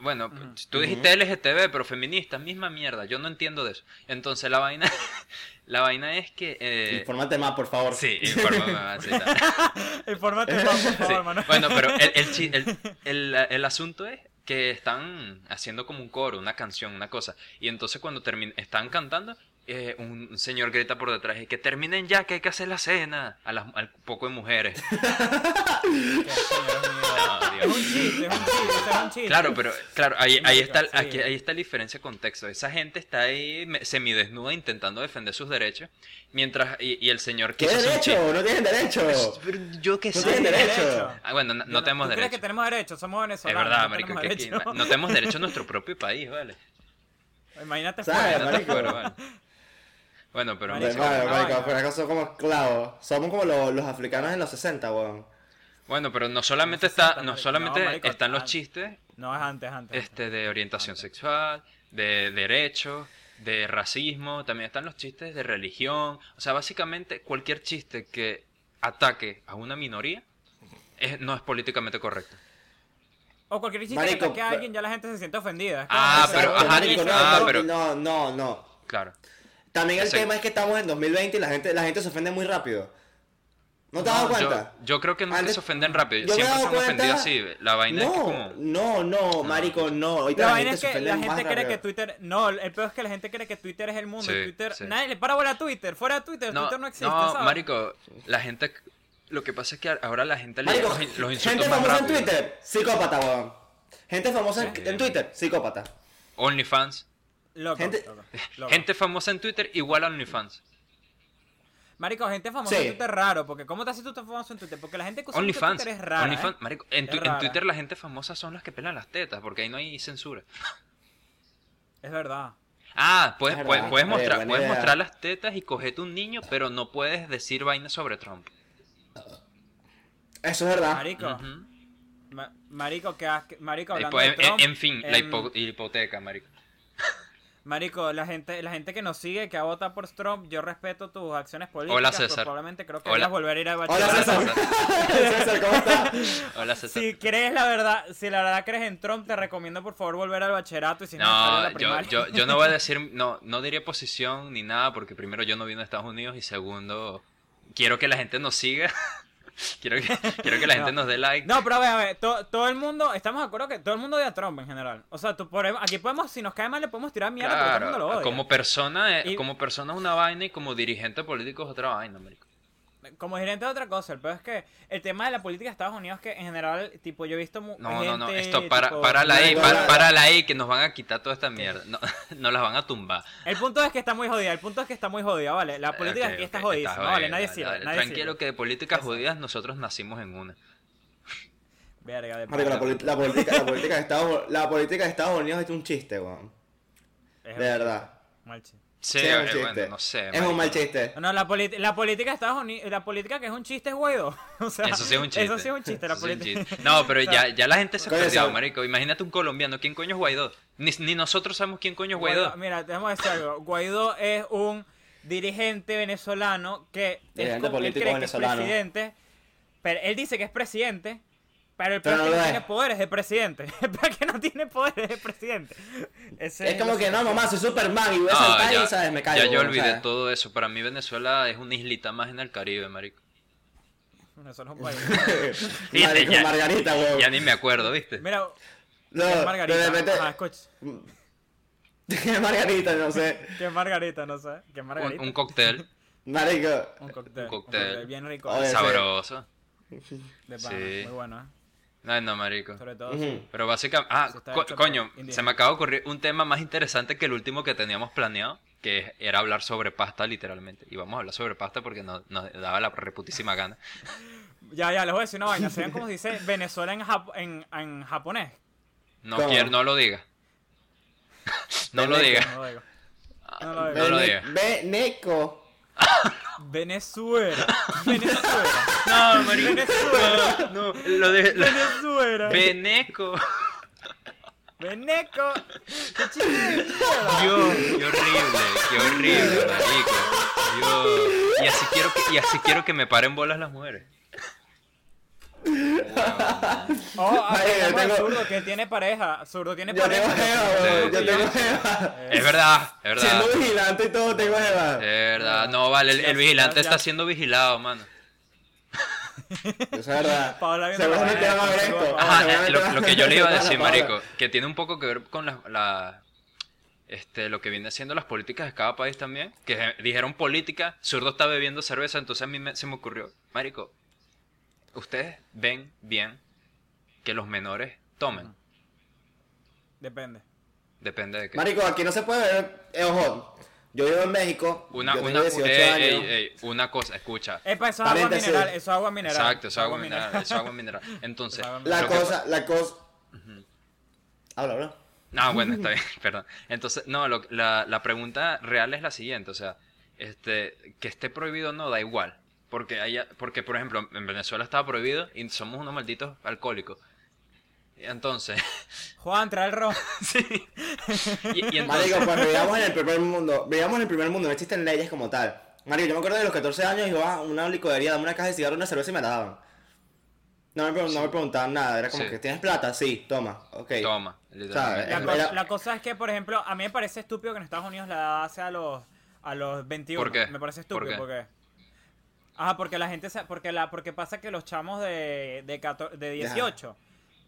S1: Bueno, pues, tú dijiste LGTB, pero feminista, misma mierda, yo no entiendo de eso. Entonces la vaina, la vaina es que... eh,
S3: Infórmate más, por favor.
S1: sí, infórmame más, sí, tal.
S2: Infórmate más, por favor,
S1: Sí,
S2: hermano.
S1: Bueno, pero el, el chi- el- el- el asunto es que están haciendo como un coro, una canción, una cosa. Y entonces cuando termin- están cantando, eh, un señor grita por detrás y que terminen ya, que hay que hacer la cena a las, al poco de mujeres.
S2: Qué señor mío.
S1: No,
S2: Es un
S1: Dios.
S2: chiste, es un chiste, es un chiste.
S1: Claro, pero claro, ahí, ahí
S2: Marico,
S1: está,
S2: sí.
S1: aquí, ahí está la diferencia de contexto. Esa gente está ahí me- semidesnuda intentando defender sus derechos, mientras y, y el señor
S3: ¿Qué
S1: quiso hacer un chiste.
S3: derecho? No tienen derecho.
S1: Pero Yo qué
S3: No
S2: Sí,
S1: sé.
S3: tienen derecho.
S1: Ah, bueno, no, no
S2: Yo
S1: tenemos
S2: ¿Tú crees
S1: derecho.
S2: que tenemos derecho? Somos
S1: Es
S2: venezolanos.
S1: verdad,
S2: no
S1: marico,
S2: tenemos
S1: que aquí
S2: derecho.
S1: no no tenemos derecho a nuestro propio país, ¿vale?
S2: Imagínate
S3: ¿Sabes,
S2: fuera.
S1: No te
S3: marico?
S1: acuerdo, vale. Bueno, pero...
S2: Marico,
S1: bueno,
S3: Hermano,
S2: no,
S3: marico,
S2: no.
S3: pero acá son como esclavos. Somos como los, los africanos en los 60, weón.
S1: Ah, Bueno, pero no solamente,
S2: No se sienta,
S1: está, no
S2: marico.
S1: solamente
S2: No, marico,
S1: están los
S2: ah.
S1: chistes
S2: No, es antes, es antes.
S1: este, de orientación sexual, de derechos, de racismo, también están los chistes de religión. O sea, básicamente cualquier chiste que ataque a una minoría es- no es políticamente correcto.
S2: O cualquier chiste
S3: Marico,
S2: que ataque a
S3: pero-
S2: alguien, ya la gente se siente ofendida. Es como,
S1: Ah,
S2: o sea,
S1: pero,
S3: Exacto,
S1: ajá,
S3: marico,
S1: y-
S3: no,
S1: ah,
S3: no,
S1: pero-
S3: No, no, no.
S1: Claro.
S3: También el
S1: Exacto.
S3: tema es que estamos en 2020 y la gente, la gente se ofende muy rápido. ¿No te has dado
S1: No, yo,
S3: cuenta?
S1: yo creo que no es que
S3: Antes-
S1: se ofenden rápido.
S3: yo me he
S1: Siempre
S3: dado
S1: se han ofendido
S3: cuenta-
S1: así. ve. La vaina es que
S3: No,
S1: como. Ah.
S3: no, no, marico, no. Ahorita
S2: La vaina es
S3: se
S2: que
S3: ofende
S2: la
S3: más
S2: gente cree
S3: rápido.
S2: que Twitter. No, el peor es que la gente cree que Twitter es el mundo.
S1: Sí,
S2: y Twitter.
S1: sí.
S2: Nadie le para bola a Twitter. Fuera de Twitter,
S1: No,
S2: Twitter no existe.
S1: no,
S2: ¿sabes?
S1: marico, la gente. Lo que pasa es que ahora la gente le
S3: Marico,
S1: los, in- los
S3: gente
S1: insultos más
S3: famosa en
S1: rápido.
S3: Twitter, psicópata, weón. Gente famosa en-
S1: Sí.
S3: en Twitter, psicópata.
S1: OnlyFans.
S2: Loco,
S3: gente-
S2: loco, loco.
S1: Gente famosa en Twitter igual a OnlyFans.
S2: Marico, gente famosa
S3: Sí.
S2: en Twitter es raro. Porque ¿cómo te haces tú tan famoso en Twitter? Porque la gente que usa mucho
S1: OnlyFans.
S2: Twitter es rara.
S1: OnlyFans.
S2: ¿eh?
S1: Marico, en,
S2: Es
S1: tu- en
S2: rara.
S1: Twitter la gente famosa son las que pelan las tetas, porque ahí no hay censura.
S2: Es verdad.
S1: Ah, puedes,
S3: Es
S1: puedes,
S3: verdad.
S1: puedes
S3: Oye,
S1: mostrar,
S3: buena
S1: puedes
S3: idea.
S1: mostrar las tetas y cogete un niño, pero no puedes decir vainas sobre Trump.
S3: Eso es verdad.
S2: Marico.
S1: Ujú.
S2: ma- marico, que has- que- Marico,
S1: Eh,
S2: hablando
S1: pues,
S2: de
S1: en-
S2: Trump,
S1: en, fin, la
S2: em,
S1: hipo- hipoteca, marico.
S2: Marico, la gente, la gente que nos sigue, que ha votado por Trump, yo respeto tus acciones políticas.
S1: Hola,
S2: pero
S1: César.
S2: Probablemente creo que
S1: Hola.
S2: vas a volver a ir a
S3: Hola,
S2: bachillerato.
S3: César. César, ¿cómo estás?
S1: Hola, César.
S2: Si crees la verdad, si la verdad crees en Trump, te recomiendo por favor volver al bachillerato y si no, sale a
S1: No,
S2: la
S1: yo,
S2: primaria.
S1: yo, yo no voy a decir, no, no diré posición ni nada, porque primero yo no vine a Estados Unidos y segundo, quiero que la gente nos siga. quiero, que, quiero que la gente
S2: No.
S1: nos dé like.
S2: No, pero a ver, a ver, to- todo el mundo, estamos de acuerdo que todo el mundo odia a Trump en general. O sea, tú podemos- aquí podemos, si nos cae mal, le podemos tirar mierda, pero todo el mundo lo
S1: Claro,
S2: odia.
S1: como persona, eh,
S2: Y-
S1: como persona es una vaina y como dirigente político es otra vaina, marico.
S2: Como gerente es otra cosa, el peor es que el tema de la política de Estados Unidos es que en general, tipo, yo he visto mu-
S1: No, no, no,
S2: gente,
S1: esto para,
S2: tipo,
S1: para la ahí,
S3: no,
S1: para,
S3: no.
S1: para la ahí, que nos van a quitar toda esta mierda. No, no las van a tumbar.
S2: El punto es que está muy jodida, el punto es que está muy jodida, ¿vale? La política
S1: Ok,
S2: aquí está
S1: ok,
S2: jodida,
S1: jodida,
S2: ¿vale? Nadie
S1: dale,
S2: sirve,
S1: dale.
S2: nadie
S1: Tranquilo
S2: sirve.
S1: que de políticas jodidas nosotros nacimos en una.
S2: Verga, de
S3: Marico, la,
S2: pana.
S3: poli- la política, la, política de Estados, la política de Estados Unidos es un chiste, weón.
S2: Es
S3: De verdad.
S2: mal chiste.
S1: Sí,
S3: Sí, es un
S1: eh,
S3: chiste.
S1: bueno, no sé.
S3: es
S1: marico.
S3: un mal chiste.
S2: No, la, politi- la política de Estados Unidos, la política que es un chiste es Guaidó. O sea,
S1: Eso sí es un chiste.
S2: Eso sí es un chiste, la
S1: Eso sí es un
S2: política.
S1: chiste. No, pero
S2: O
S1: ya,
S2: sea,
S1: ya la gente se
S3: Coño,
S1: perdió,
S3: ¿sabes?
S1: marico. Imagínate un colombiano. ¿Quién coño es Guaidó? Ni, ni nosotros sabemos quién coño es Guaidó.
S2: Mira, te vamos a decir algo. Guaidó es un dirigente venezolano que es,
S3: Dirigente
S2: como- él
S3: político
S2: cree que es
S3: venezolano.
S2: presidente, pero él dice que es presidente, pero el
S3: Pero no lo
S2: presidente no
S3: es.
S2: tiene poderes de presidente. El peor es que no tiene poderes de presidente. Ese
S3: es como
S2: lo
S3: que no, mamá, soy Superman y voy a
S1: No,
S3: saltar y, ¿sabes? Me caigo.
S1: Ah, ya yo
S3: weón,
S1: olvidé
S3: ¿sabes?
S1: todo eso. Para mí Venezuela es una islita más en el Caribe, marico.
S2: Venezuela es un país.
S3: Marico,
S1: ya-
S3: Margarita, weón.
S1: Ya ni me acuerdo, ¿viste?
S2: Mira,
S3: No,
S2: ¿qué es Margarita?
S3: de repente...
S2: Ajá, escucha.
S3: Margarita, no sé.
S2: ¿Qué es Margarita? No sé. ¿Qué es
S1: Un,
S2: Margarita?
S1: un cóctel
S3: Marico.
S1: un
S2: Un cóctel. Un
S1: cóctel.
S2: cóctel bien rico.
S3: Oye,
S2: de
S3: sí.
S1: sabroso.
S2: pana,
S1: sí.
S2: Muy bueno, ¿eh?
S1: Ay, no, marico.
S2: Sobre todo.
S3: Ujú.
S1: Pero básicamente... Ah,
S2: Sí, está
S1: co-
S2: hecho por
S1: coño,
S2: indígenas.
S1: se me acaba de ocurrir un tema más interesante que el último que teníamos planeado, que era hablar sobre pasta, literalmente. Y vamos a hablar sobre pasta porque nos, nos daba la reputísima gana.
S2: Ya, ya, les voy a decir una vaina. ¿Saben cómo se dice Venezuela en, jap- en, en japonés?
S1: No
S3: ¿Cómo?
S1: quiero, no lo diga. no lo
S3: Veneco.
S1: diga.
S2: No lo digo. No lo digo.
S1: No lo
S3: Vene-
S1: diga.
S3: Veneco.
S2: Venezuela. Venezuela. No, Venezuela.
S1: No, lo de. lo-
S2: Venezuela.
S1: Veneco.
S2: Veneco. Qué chiste.
S1: Dios, qué horrible, qué horrible, marico. Dios. Y así quiero que, y así quiero que me paren bolas las mujeres.
S2: Oh, ah,
S3: Ay, yo
S2: tenemos
S3: tengo-
S2: al zurdo que tiene pareja. Zurdo tiene
S3: Yo tengo
S2: pareja.
S3: Eva, weón. Yo
S1: Sí.
S3: tengo Eva.
S1: Es verdad, es verdad.
S3: Siendo vigilante y todo, tengo Eva.
S2: Eh.
S1: Es verdad. No, vale, el, el vigilante
S2: Ya-
S1: está siendo vigilado, mano.
S3: Eso es verdad.
S2: Paola viendo
S3: Seguramente
S2: la
S3: van a ver
S2: pared,
S3: esto.
S2: Paola.
S1: Ajá, eh, lo, lo que yo le iba a decir,
S3: Paola.
S1: marico, que tiene un poco que ver con las- la, este, lo que viene siendo las políticas de cada país también, que eh, dijeron política, zurdo está bebiendo cerveza, entonces a mí me- se me ocurrió, marico, ustedes ven bien que los menores tomen,
S2: Depende.
S1: depende de qué.
S3: Marico, aquí no se puede ver. eh, ojo, yo vivo en México.
S1: Una,
S3: yo tengo
S1: una, eh,
S3: 18
S1: ey,
S3: años.
S1: ey, ey, una cosa, escucha.
S2: Epa, eso es agua
S3: Paréntesis.
S2: mineral. Eso es agua mineral.
S1: Exacto, eso es agua mineral, eso es agua mineral. Entonces,
S2: Eso es agua
S3: La
S1: lo que
S3: cosa, la cosa. Habla, habla.
S1: No, bueno, está bien, perdón. Entonces, no, lo- la, la pregunta real es la siguiente, o sea, este, que esté prohibido o no, da igual. Porque, haya, porque, por ejemplo, en Venezuela estaba prohibido y somos unos malditos alcohólicos. Entonces,
S2: Juan, trae el ron.
S1: sí. Y, y entonces,
S3: Marico, pues vivíamos en el primer mundo. Vivíamos en el primer mundo, no existen leyes como tal. Marico, yo me acuerdo de los 14 años iba a una licorería, dame una caja de cigarro, una cerveza y me la daban. No me, pre- no me preguntaban nada, era como
S1: Sí.
S3: que ¿tienes plata? Sí, toma, ok.
S1: toma, literalmente.
S2: La,
S3: Eh,
S2: co-
S3: era-
S2: la cosa es que, por ejemplo, a mí me parece estúpido que en Estados Unidos la edad sea a los, a los 21.
S1: ¿Por qué?
S2: Me parece
S1: ¿Por
S2: estúpido
S1: qué?
S2: porque... Ajá, porque la gente se- porque la porque pasa que los chamos de de, cato- de 18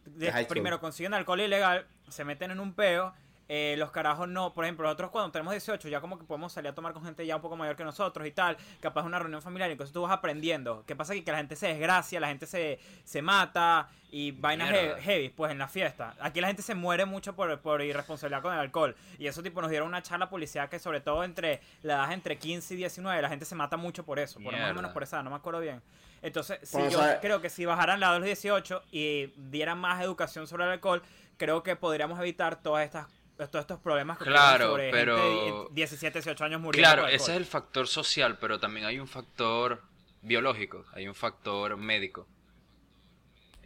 S2: de-
S3: high school.
S2: primero consiguen alcohol ilegal, se meten en un peo, eh, los carajos no, por ejemplo, nosotros cuando tenemos 18 ya como que podemos salir a tomar con gente ya un poco mayor que nosotros y tal, capaz una reunión familiar, y entonces tú vas aprendiendo. ¿Qué pasa? Que, que la gente se desgracia, la gente se, se mata y vainas he-
S1: Mierda.
S2: heavy, pues en la fiesta. Aquí la gente se muere mucho por, por irresponsabilidad con el alcohol. Y eso tipo nos dieron una charla policial que sobre todo entre la edad entre 15 y 19, la gente se mata mucho por eso, por más o
S1: Mierda.
S2: menos por esa, edad, no me acuerdo bien. Entonces, sí,
S3: Bueno,
S2: yo
S3: Pues, o sea-
S2: creo que si bajaran la edad de los 18 y dieran más educación sobre el alcohol, creo que podríamos evitar todas estas todos estos problemas que ocurren
S1: Claro,
S2: sobre
S1: pero-
S2: gente de 17, 18 años muriendo.
S1: Claro,
S2: por alcohol.
S1: ese es el factor social, pero también hay un factor biológico, hay un factor médico.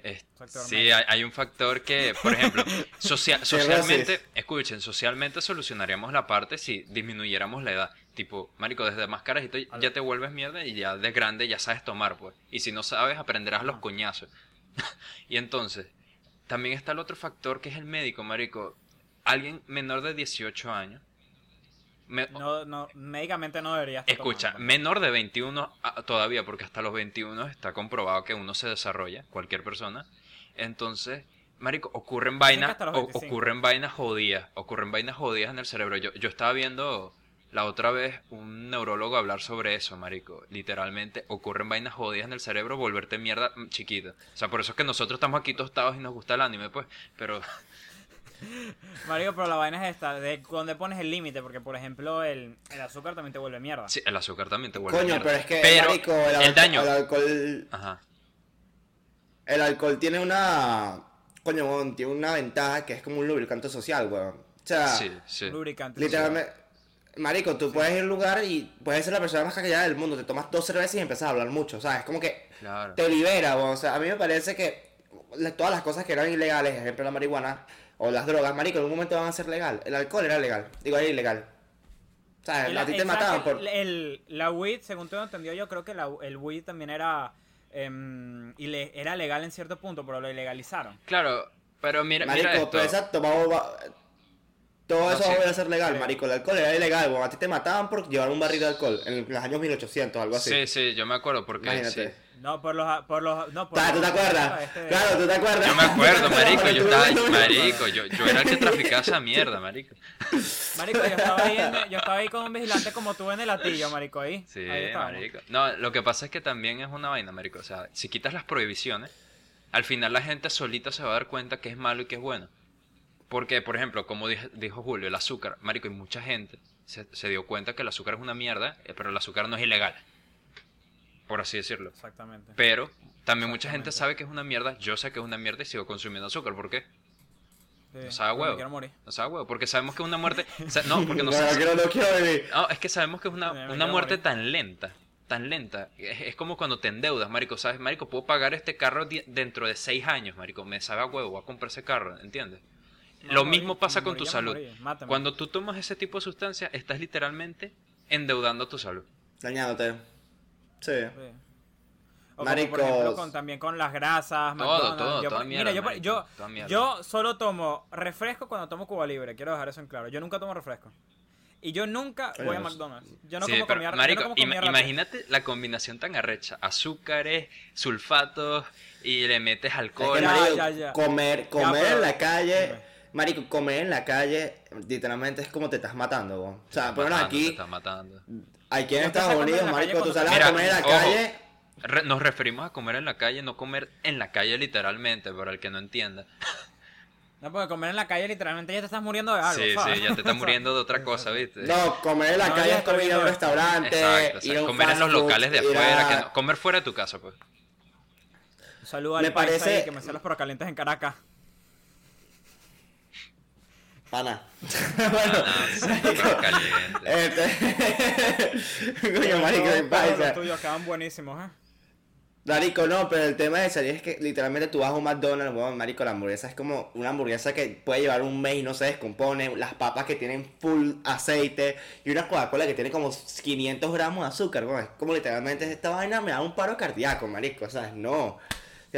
S1: Es-
S2: Factor
S1: sí,
S2: médico.
S1: hay, hay un factor que, por ejemplo, socia- socialmente, escuchen, socialmente solucionaríamos la parte si disminuyéramos la edad. Tipo, marico, desde más carajito
S2: A
S1: ya
S2: ver.
S1: te vuelves mierda y ya de grande ya sabes tomar, pues. Y si no sabes, aprenderás los coñazos. y entonces, también está el otro factor que es el médico, marico. Alguien menor de 18 años. me-
S2: No, no, médicamente no debería estar
S1: Escucha,
S2: tomando.
S1: menor de 21 a- todavía, porque hasta los 21 está comprobado que uno se desarrolla, cualquier persona. Entonces, marico, ocurren vainas,
S2: hasta los
S1: o-
S2: 25.
S1: ocurren vainas jodidas, ocurren vainas jodidas en el cerebro. Yo, yo estaba viendo la otra vez un neurólogo hablar sobre eso, marico. Literalmente, ocurren vainas jodidas en el cerebro, volverte mierda mm, chiquita. O sea, por eso es que nosotros estamos aquí tostados y nos gusta el anime, pues. Pero,
S2: Marico, pero la vaina es esta, de dónde pones el límite, porque por ejemplo el, el azúcar también te vuelve mierda.
S1: sí, el azúcar también te vuelve
S3: Coño,
S1: mierda.
S3: pero es que
S1: Pero
S3: marico, el,
S1: el
S3: alco-
S1: daño-
S3: el alcohol,
S1: Ajá.
S3: el alcohol tiene una, coño, weón, tiene una ventaja que es como un lubricante social, weón. O sea,
S1: Sí, sí.
S2: Lubricante.
S3: literalmente, marico, tú puedes ir a un lugar y puedes ser la persona más cagada del mundo, te tomas dos cervezas y empiezas a hablar mucho, o sea, es como que
S1: Claro.
S3: te libera, weón. O sea, a mí me parece que la- todas las cosas que eran ilegales, ejemplo la marihuana o las drogas, marico, en un momento van a ser legal. El alcohol era legal, digo, era ilegal. O sea,
S2: El-
S3: a ti te
S2: exacto,
S3: mataban por...
S2: el- el- la weed, según tengo entendido, yo creo que la, el weed también era, em, ile- era legal en cierto punto, pero lo ilegalizaron.
S1: Claro, pero mira,
S3: Marico,
S1: mira esto.
S3: pero exacto, vamos, va- todo
S1: No,
S3: eso
S1: sí.
S3: va a volver a ser legal,
S2: Sí.
S3: marico. El alcohol era ilegal, weón. A ti te mataban por llevar un barril de alcohol en los años 1800, algo así.
S1: Sí, sí, yo me acuerdo porque
S3: Imagínate.
S1: sí.
S2: No, por los... Por los no, por
S3: Ta- ¿Tú te
S2: los-
S3: acuerdas?
S2: este de-
S3: Claro, tú te acuerdas.
S1: Yo me acuerdo, marico, yo
S3: Tú-
S1: estaba, marico, yo, yo era el que traficaba esa mierda, marico.
S2: Marico, yo estaba, ahí en- yo estaba ahí con un vigilante como tú en el latillo, marico, ahí.
S1: Sí,
S2: ahí estábamos.
S1: marico. No, lo que pasa es que también es una vaina, marico. O sea, si quitas las prohibiciones, al final la gente solita se va a dar cuenta que es malo y que es bueno. Porque, por ejemplo, como dije- dijo Julio, el azúcar, marico, y mucha gente se, se dio cuenta que el azúcar es una mierda, eh, pero el azúcar no es ilegal. Por así decirlo.
S2: Exactamente.
S1: Pero también mucha gente
S2: Exactamente.
S1: sabe que es una mierda, yo sé que es una mmierda y sigo consumiendo azúcar. ¿Por qué?
S2: Sí,
S1: o sea,
S2: porque me
S1: huevo.
S2: quiero morir.
S1: O sea, huevo, porque sabemos que una muerte. o sea, no, porque no,
S3: Bueno,
S1: sa-
S3: que no lo quiero vivir.
S1: no, es que sabemos que es una,
S2: Me
S1: una
S2: quiero
S1: muerte
S2: morir.
S1: tan lenta. Tan lenta. Es, es como cuando te endeudas, marico. ¿Sabes, marico? Puedo pagar este carro di- dentro de seis años, marico. Me sabe a huevo, voy a comprar ese carro, ¿entiendes?
S2: Me
S1: Lo
S2: morí,
S1: mismo pasa
S2: me
S1: con
S2: morí,
S1: tu
S2: ya me
S1: salud.
S2: morí, mátame.
S1: Cuando tú tomas ese tipo de sustancias, estás literalmente endeudando tu salud.
S3: Dañándote. Sí.
S2: Sí. O como, por
S3: Maricos.
S2: ejemplo, con, también con las grasas,
S1: Todo,
S2: McDonald's.
S1: todo,
S2: yo,
S1: toda
S2: por-
S1: mierda,
S2: mira, yo, por-
S1: marico,
S2: yo,
S1: toda mierda.
S2: yo solo tomo refresco cuando tomo Cuba Libre, quiero dejar eso en claro. Yo nunca tomo refresco. Y yo nunca
S3: Coño,
S2: voy a
S3: no sé.
S2: McDonald's. Yo no
S1: Sí,
S2: como
S1: pero,
S2: comida yo no
S1: marico,
S2: como
S1: ima-
S2: comida rápida.
S1: imagínate la combinación tan arrecha: azúcares, sulfatos y le metes
S3: Es
S1: alcohol.
S3: que,
S2: Ya,
S3: marico,
S2: ya, ya.
S3: comer, comer
S2: pero-
S3: en la calle,
S2: Dime.
S3: marico, comer en la calle, literalmente es como te estás matando, weón. O
S1: Te está
S3: sea, por lo menos
S1: matando, te
S3: aquí,
S1: está matando.
S3: aquí en
S2: No te estás
S3: Estados
S2: comiendo en
S3: Unidos,
S2: la calle
S3: marico, tú
S2: cuando-
S3: sales
S1: Mira,
S3: a comer en la
S1: ojo.
S3: calle...
S1: Re- nos referimos a comer en la calle, no comer en la calle literalmente, para el que no entienda.
S2: No, porque comer en la calle literalmente ya te estás muriendo de algo.
S1: sí,
S2: ¿sabes?
S1: sí, ya te estás muriendo de otra cosa, ¿viste?
S3: No, comer en la
S2: No,
S3: calle
S2: ya
S3: es comer
S2: estoy
S3: en un
S2: bien.
S3: restaurante,
S1: Exacto, o sea,
S3: ir a un
S1: comer en
S3: fast
S1: los
S3: food,
S1: locales de
S3: ir
S1: afuera,
S3: a-
S1: que no- comer fuera de tu casa, pues.
S2: Un saludo al
S3: Me
S2: paisa
S3: parece-
S2: ahí, que me hacía los porcalientes en Caracas.
S3: Pana. bueno,
S1: Súper
S3: Eh,
S1: caliente.
S3: este... Coño, marico,
S2: Todos
S3: de
S2: los
S3: paisa.
S2: tuyos quedan buenísimos, ¿eh?
S3: Marico, no, pero el tema de salir es que literalmente tú vas a un McDonald's, weón, marico, la hamburguesa es como una hamburguesa que puede llevar un mes y no se descompone, las papas que tienen full aceite y una Coca-Cola que tiene como 500 gramos de azúcar, weón, es como literalmente esta vaina me da un paro cardíaco, marico, o sea, no. O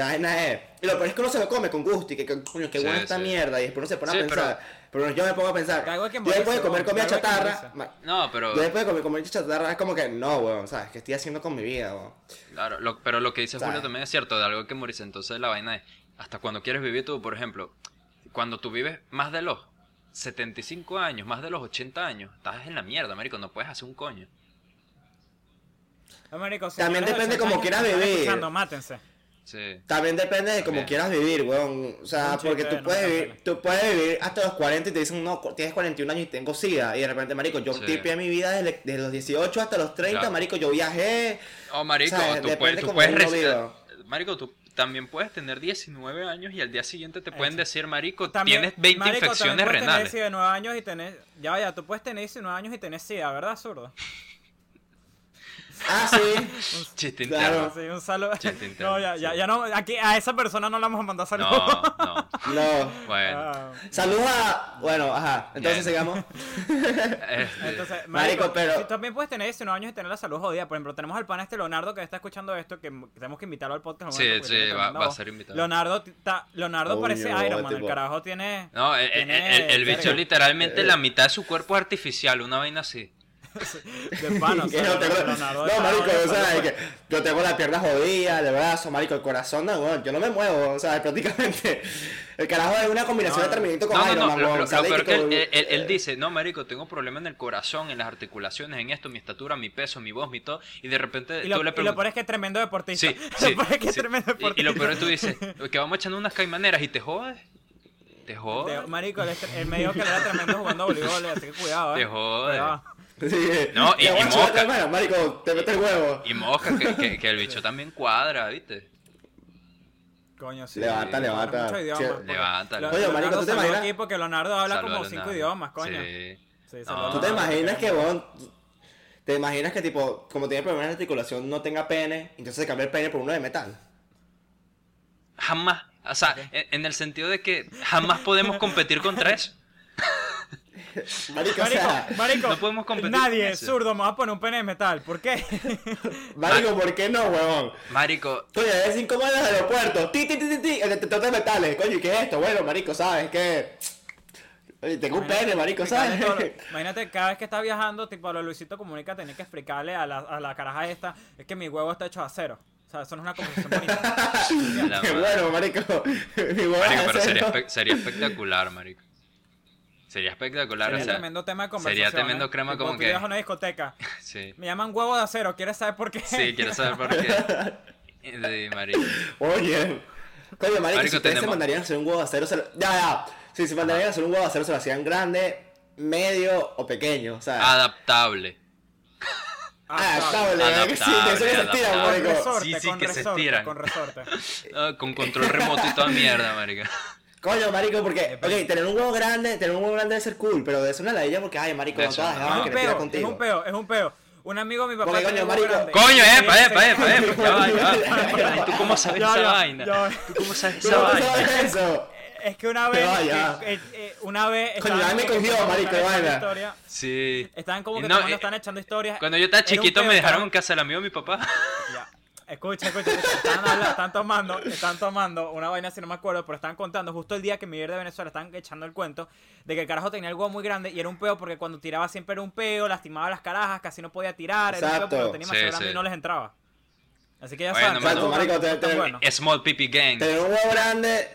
S3: La vaina es. Y lo peor es que uno se lo come con gusto y que, que, coño, qué
S1: Sí,
S3: buena esta
S1: sí.
S3: mierda. Y después uno se pone a
S1: Sí,
S3: pensar. Pero... yo me pongo a pensar.
S2: Algo hay que
S3: Yo
S2: morirse,
S3: después de comer
S2: weón,
S3: comida
S2: algo hay que
S3: chatarra.
S2: morirse.
S3: ma-
S1: No, pero,
S3: Yo después de comer comida chatarra es como que no, weón. ¿Sabes? ¿Qué estoy haciendo con mi vida, weón?
S1: claro, lo, pero lo que dice
S3: ¿Sabes?
S1: Julio también es cierto, de algo que morirse. Entonces la vaina es, hasta cuando quieres vivir tú, por ejemplo, cuando tú vives más de los 75 años, más de los 80 años, estás en la mierda, marico, no puedes hacer un coño.
S2: No, Eh, marico, si
S3: También
S2: tienes
S3: depende
S2: 80
S3: cómo
S2: años,
S3: quieras
S2: me están
S3: vivir.
S2: escuchando, mátense.
S1: Sí.
S3: También depende de cómo
S1: También.
S3: quieras vivir, weón. O sea,
S2: Un chiste
S3: porque
S2: de
S3: tú puedes,
S2: nunca
S3: vivir,
S2: feliz.
S3: tú puedes vivir hasta los 40 y te dicen, no, cu- tienes 41 años y tengo SIDA. Y de repente, marico, yo
S1: Sí.
S3: tipeé mi vida desde, desde los 18 hasta los 30,
S1: Claro.
S3: marico, yo viajé.
S1: Oh, marico,
S3: O sea,
S1: tú
S3: depende
S1: puedes, tú
S3: cómo
S1: puedes
S3: uno
S1: res-
S3: viva.
S1: Marico, tú también puedes tener 19 años y al día siguiente te pueden
S2: Exacto.
S1: decir, marico,
S2: También-
S1: tienes 20
S2: marico,
S1: infecciones
S2: también puedes tener
S1: renales.
S2: 19 años y tener... Ya, ya, tú puedes tener 19 años y tener SIDA, ¿verdad, zurdo?
S3: Ah, sí.
S1: Chiste
S3: Claro.
S1: interno.
S2: Sí, un saludo.
S1: Chiste interno,
S2: No, ya, ya,
S1: sí.
S2: ya no, aquí a esa persona no la vamos a mandar saludos.
S1: No, no.
S3: no.
S1: Bueno,
S2: Ah,
S3: Saludos a. Bueno, ajá. Entonces
S1: Bien.
S3: sigamos.
S1: este,
S2: Ah, Entonces,
S3: Marico,
S2: marico,
S3: pero-
S2: tú también puedes tener 19 años y tener la salud jodida. Por ejemplo, tenemos al pana este Leonardo que está escuchando esto, que tenemos que invitarlo al podcast.
S1: Sí,
S2: porque
S1: sí,
S2: tiene
S1: va-
S2: tremenda
S1: va a
S2: voz.
S1: ser invitado.
S2: Leonardo, t- ta- Leonardo
S3: Coño,
S2: parece Iron Man, el
S3: tipo-
S2: carajo tiene...
S1: no, el, el-
S2: tiene-
S1: el- el bicho
S2: verga,
S3: Eh.
S1: literalmente la mitad de su cuerpo es artificial, una vaina así.
S2: De pana, o
S3: Que
S2: sea,
S3: no, tengo-
S2: Leonardo
S3: no,
S2: está
S3: marico,
S2: ahora
S3: o sea,
S2: salud,
S3: que
S1: pues.
S3: yo tengo la pierna jodida, el brazo, marico, el corazón, no, weón, yo no me muevo, o sea, prácticamente. El carajo es una combinación
S2: No,
S3: de Terminator con
S1: No, no,
S3: Iron
S1: no,
S3: Man,
S1: lo,
S3: weón,
S1: lo- lo
S3: sale
S1: peor
S3: que
S1: que él,
S3: todo- eh,
S1: él- él- él dice, no, marico, tengo problemas en el corazón, en las articulaciones, en esto, mi estatura, mi peso, mi voz, mi todo, y de repente
S2: Y
S1: tú
S2: lo,
S1: le
S2: y lo
S1: preguntas...
S2: peor es que es tremendo deportista.
S1: Sí, sí,
S2: lo peor es que es
S1: sí.
S2: tremendo
S1: Y-
S2: deportista.
S1: Y, lo peor es que tú dices, que vamos echando unas caimaneras y te jodes. Te jodes.
S2: Te- Marico, él, es- él me dijo que él era tremendo jugando a voleibol, así que cuidado, eh.
S1: Te jodes.
S2: Cuidado.
S3: Sí.
S1: No, y-
S3: Ya,
S1: y
S3: guacho, vete,
S1: mosca.
S3: hermano, marico, te mete el huevo.
S1: Y moja, que, que- que el bicho también cuadra, ¿viste?
S2: Coño, sí.
S3: Levanta,
S2: Habla
S3: levanta.
S2: muchos idiomas,
S3: Sí,
S2: porque
S1: levanta.
S2: Lo-
S1: Oye,
S2: Leonardo
S3: marico, ¿tú te
S2: saluda
S3: imaginas?
S2: aquí porque Leonardo habla
S1: Saluda
S2: como
S1: a
S2: cinco
S1: Leonardo.
S2: idiomas, coño.
S1: Sí.
S2: Sí,
S1: No.
S2: saluda a
S3: ¿Tú te
S2: Leonardo.
S3: imaginas que, weón, te imaginas que, tipo, como tiene problemas de articulación, no tenga pene, entonces se cambia el pene por uno de metal?
S1: Jamás. O sea, en, en el sentido de que jamás podemos competir contra eso.
S3: Marico, o sea,
S2: Marico, marico,
S1: No podemos competir con
S2: nadie,
S1: eso.
S2: zurdo, me va a poner un pene de metal. ¿Por qué?
S3: marico, ¿por qué no, huevón?
S1: Marico,
S3: Coño, es incómodo en los aeropuertos. Ti, ti, ti, ti, ti. El detector de metales. Coño, ¿y qué es esto? Bueno, marico, ¿sabes qué? Oye, tengo un pene, marico, ¿sabes?
S2: Imagínate, imagínate, cada vez que estás viajando, tipo a lo de Luisito Comunica, tenés que explicarle a la, a la caraja esta, es que mi huevo está hecho de acero. O sea, eso no es una conversación bonita.
S1: la
S3: Qué
S1: madre.
S3: bueno, marico. Mi huevo
S1: Marico,
S3: es
S1: pero sería,
S3: eso.
S1: espe- sería espectacular, marico. Sería espectacular,
S2: Sería
S1: o sea,
S2: tremendo tema de conversación.
S1: sería tremendo crema como
S2: tú
S1: que-
S2: llegas a una discoteca,
S1: Sí,
S2: me llaman huevo de acero, ¿quieres saber por qué?
S1: sí, quiero saber por qué. Sí, marico.
S3: Oye. Coño, marico,
S1: Marico,
S3: si ustedes se
S1: tenemos-
S3: mandarían a hacer un huevo de acero, se lo... Ya, ya. Si se mandarían a hacer un huevo de acero, se lo hacían grande, medio o pequeño, ¿sabes?
S1: Adaptable.
S3: Ah,
S2: claro.
S3: estable, ¿verdad que sí, de eso que se
S1: Adaptable,
S3: estiran,
S2: Con
S1: adaptable.
S3: marico.
S2: resorte,
S1: Sí, sí,
S2: con
S1: que se
S2: resorte,
S1: estiran.
S2: con resorte.
S1: Ah, con control remoto y toda mierda, marica.
S3: Coño, marico, porque, ok, tener un huevo grande, tener un huevo grande debe ser cool, pero debe ser una ladilla porque, ay, marico,
S1: De
S3: no
S1: eso
S3: todas
S1: no.
S3: las
S1: Ah,
S2: es
S3: jevas
S2: un
S3: que le tiran
S2: peo, es un
S3: contigo.
S2: peo, es un peo. Un amigo de mi papá
S3: Porque,
S2: tiene
S3: coño,
S2: un
S3: marico-
S2: grande.
S1: Coño, eh,
S2: Sí,
S1: epa,
S2: sí,
S1: epa,
S2: sí.
S1: epa, epa. Ya va, ya va, ya va. ¿Y tú cómo sabes
S2: Ya,
S1: esa
S2: ya,
S1: vaina?
S2: ya.
S1: ¿Tú cómo sabes
S3: ¿Tú
S1: esa
S3: no
S1: vaina?
S3: sabes eso?
S2: Es que una vez,
S3: No, ya.
S2: eh, eh, eh, una vez estaban
S3: ya me
S2: como que
S3: cogió,
S2: tomando
S3: marico,
S2: están echando
S3: vaina.
S2: historia-
S1: Sí.
S2: Estaban como
S1: Y
S2: que
S1: no,
S2: tomando,
S1: eh,
S2: están echando historias.
S1: Cuando yo estaba
S2: Era un
S1: chiquito
S2: peo,
S1: me dejaron en
S2: estaban-
S1: casa del amigo de mi papá.
S2: Ya. Escucha, escucha, escucha. Estaban, hablando, están tomando, están tomando una vaina, si no me acuerdo, pero estaban contando justo el día que me iba a ir de Venezuela, estaban echando el cuento de que el carajo tenía el huevo muy grande y era un peo porque cuando tiraba siempre era un peo, lastimaba a las carajas, casi no podía tirar, era un
S3: Exacto.
S2: peo porque lo tenía
S1: Sí,
S2: demasiado grande
S1: sí.
S2: y no les entraba. Así que ya
S1: Bueno, Eh.
S2: saben,
S1: mano.
S2: no
S3: Exacto,
S2: tan-
S3: marico,
S2: no tan
S3: te- te-
S2: bueno.
S1: Small Pipi Gang.
S3: Tener un huevo grande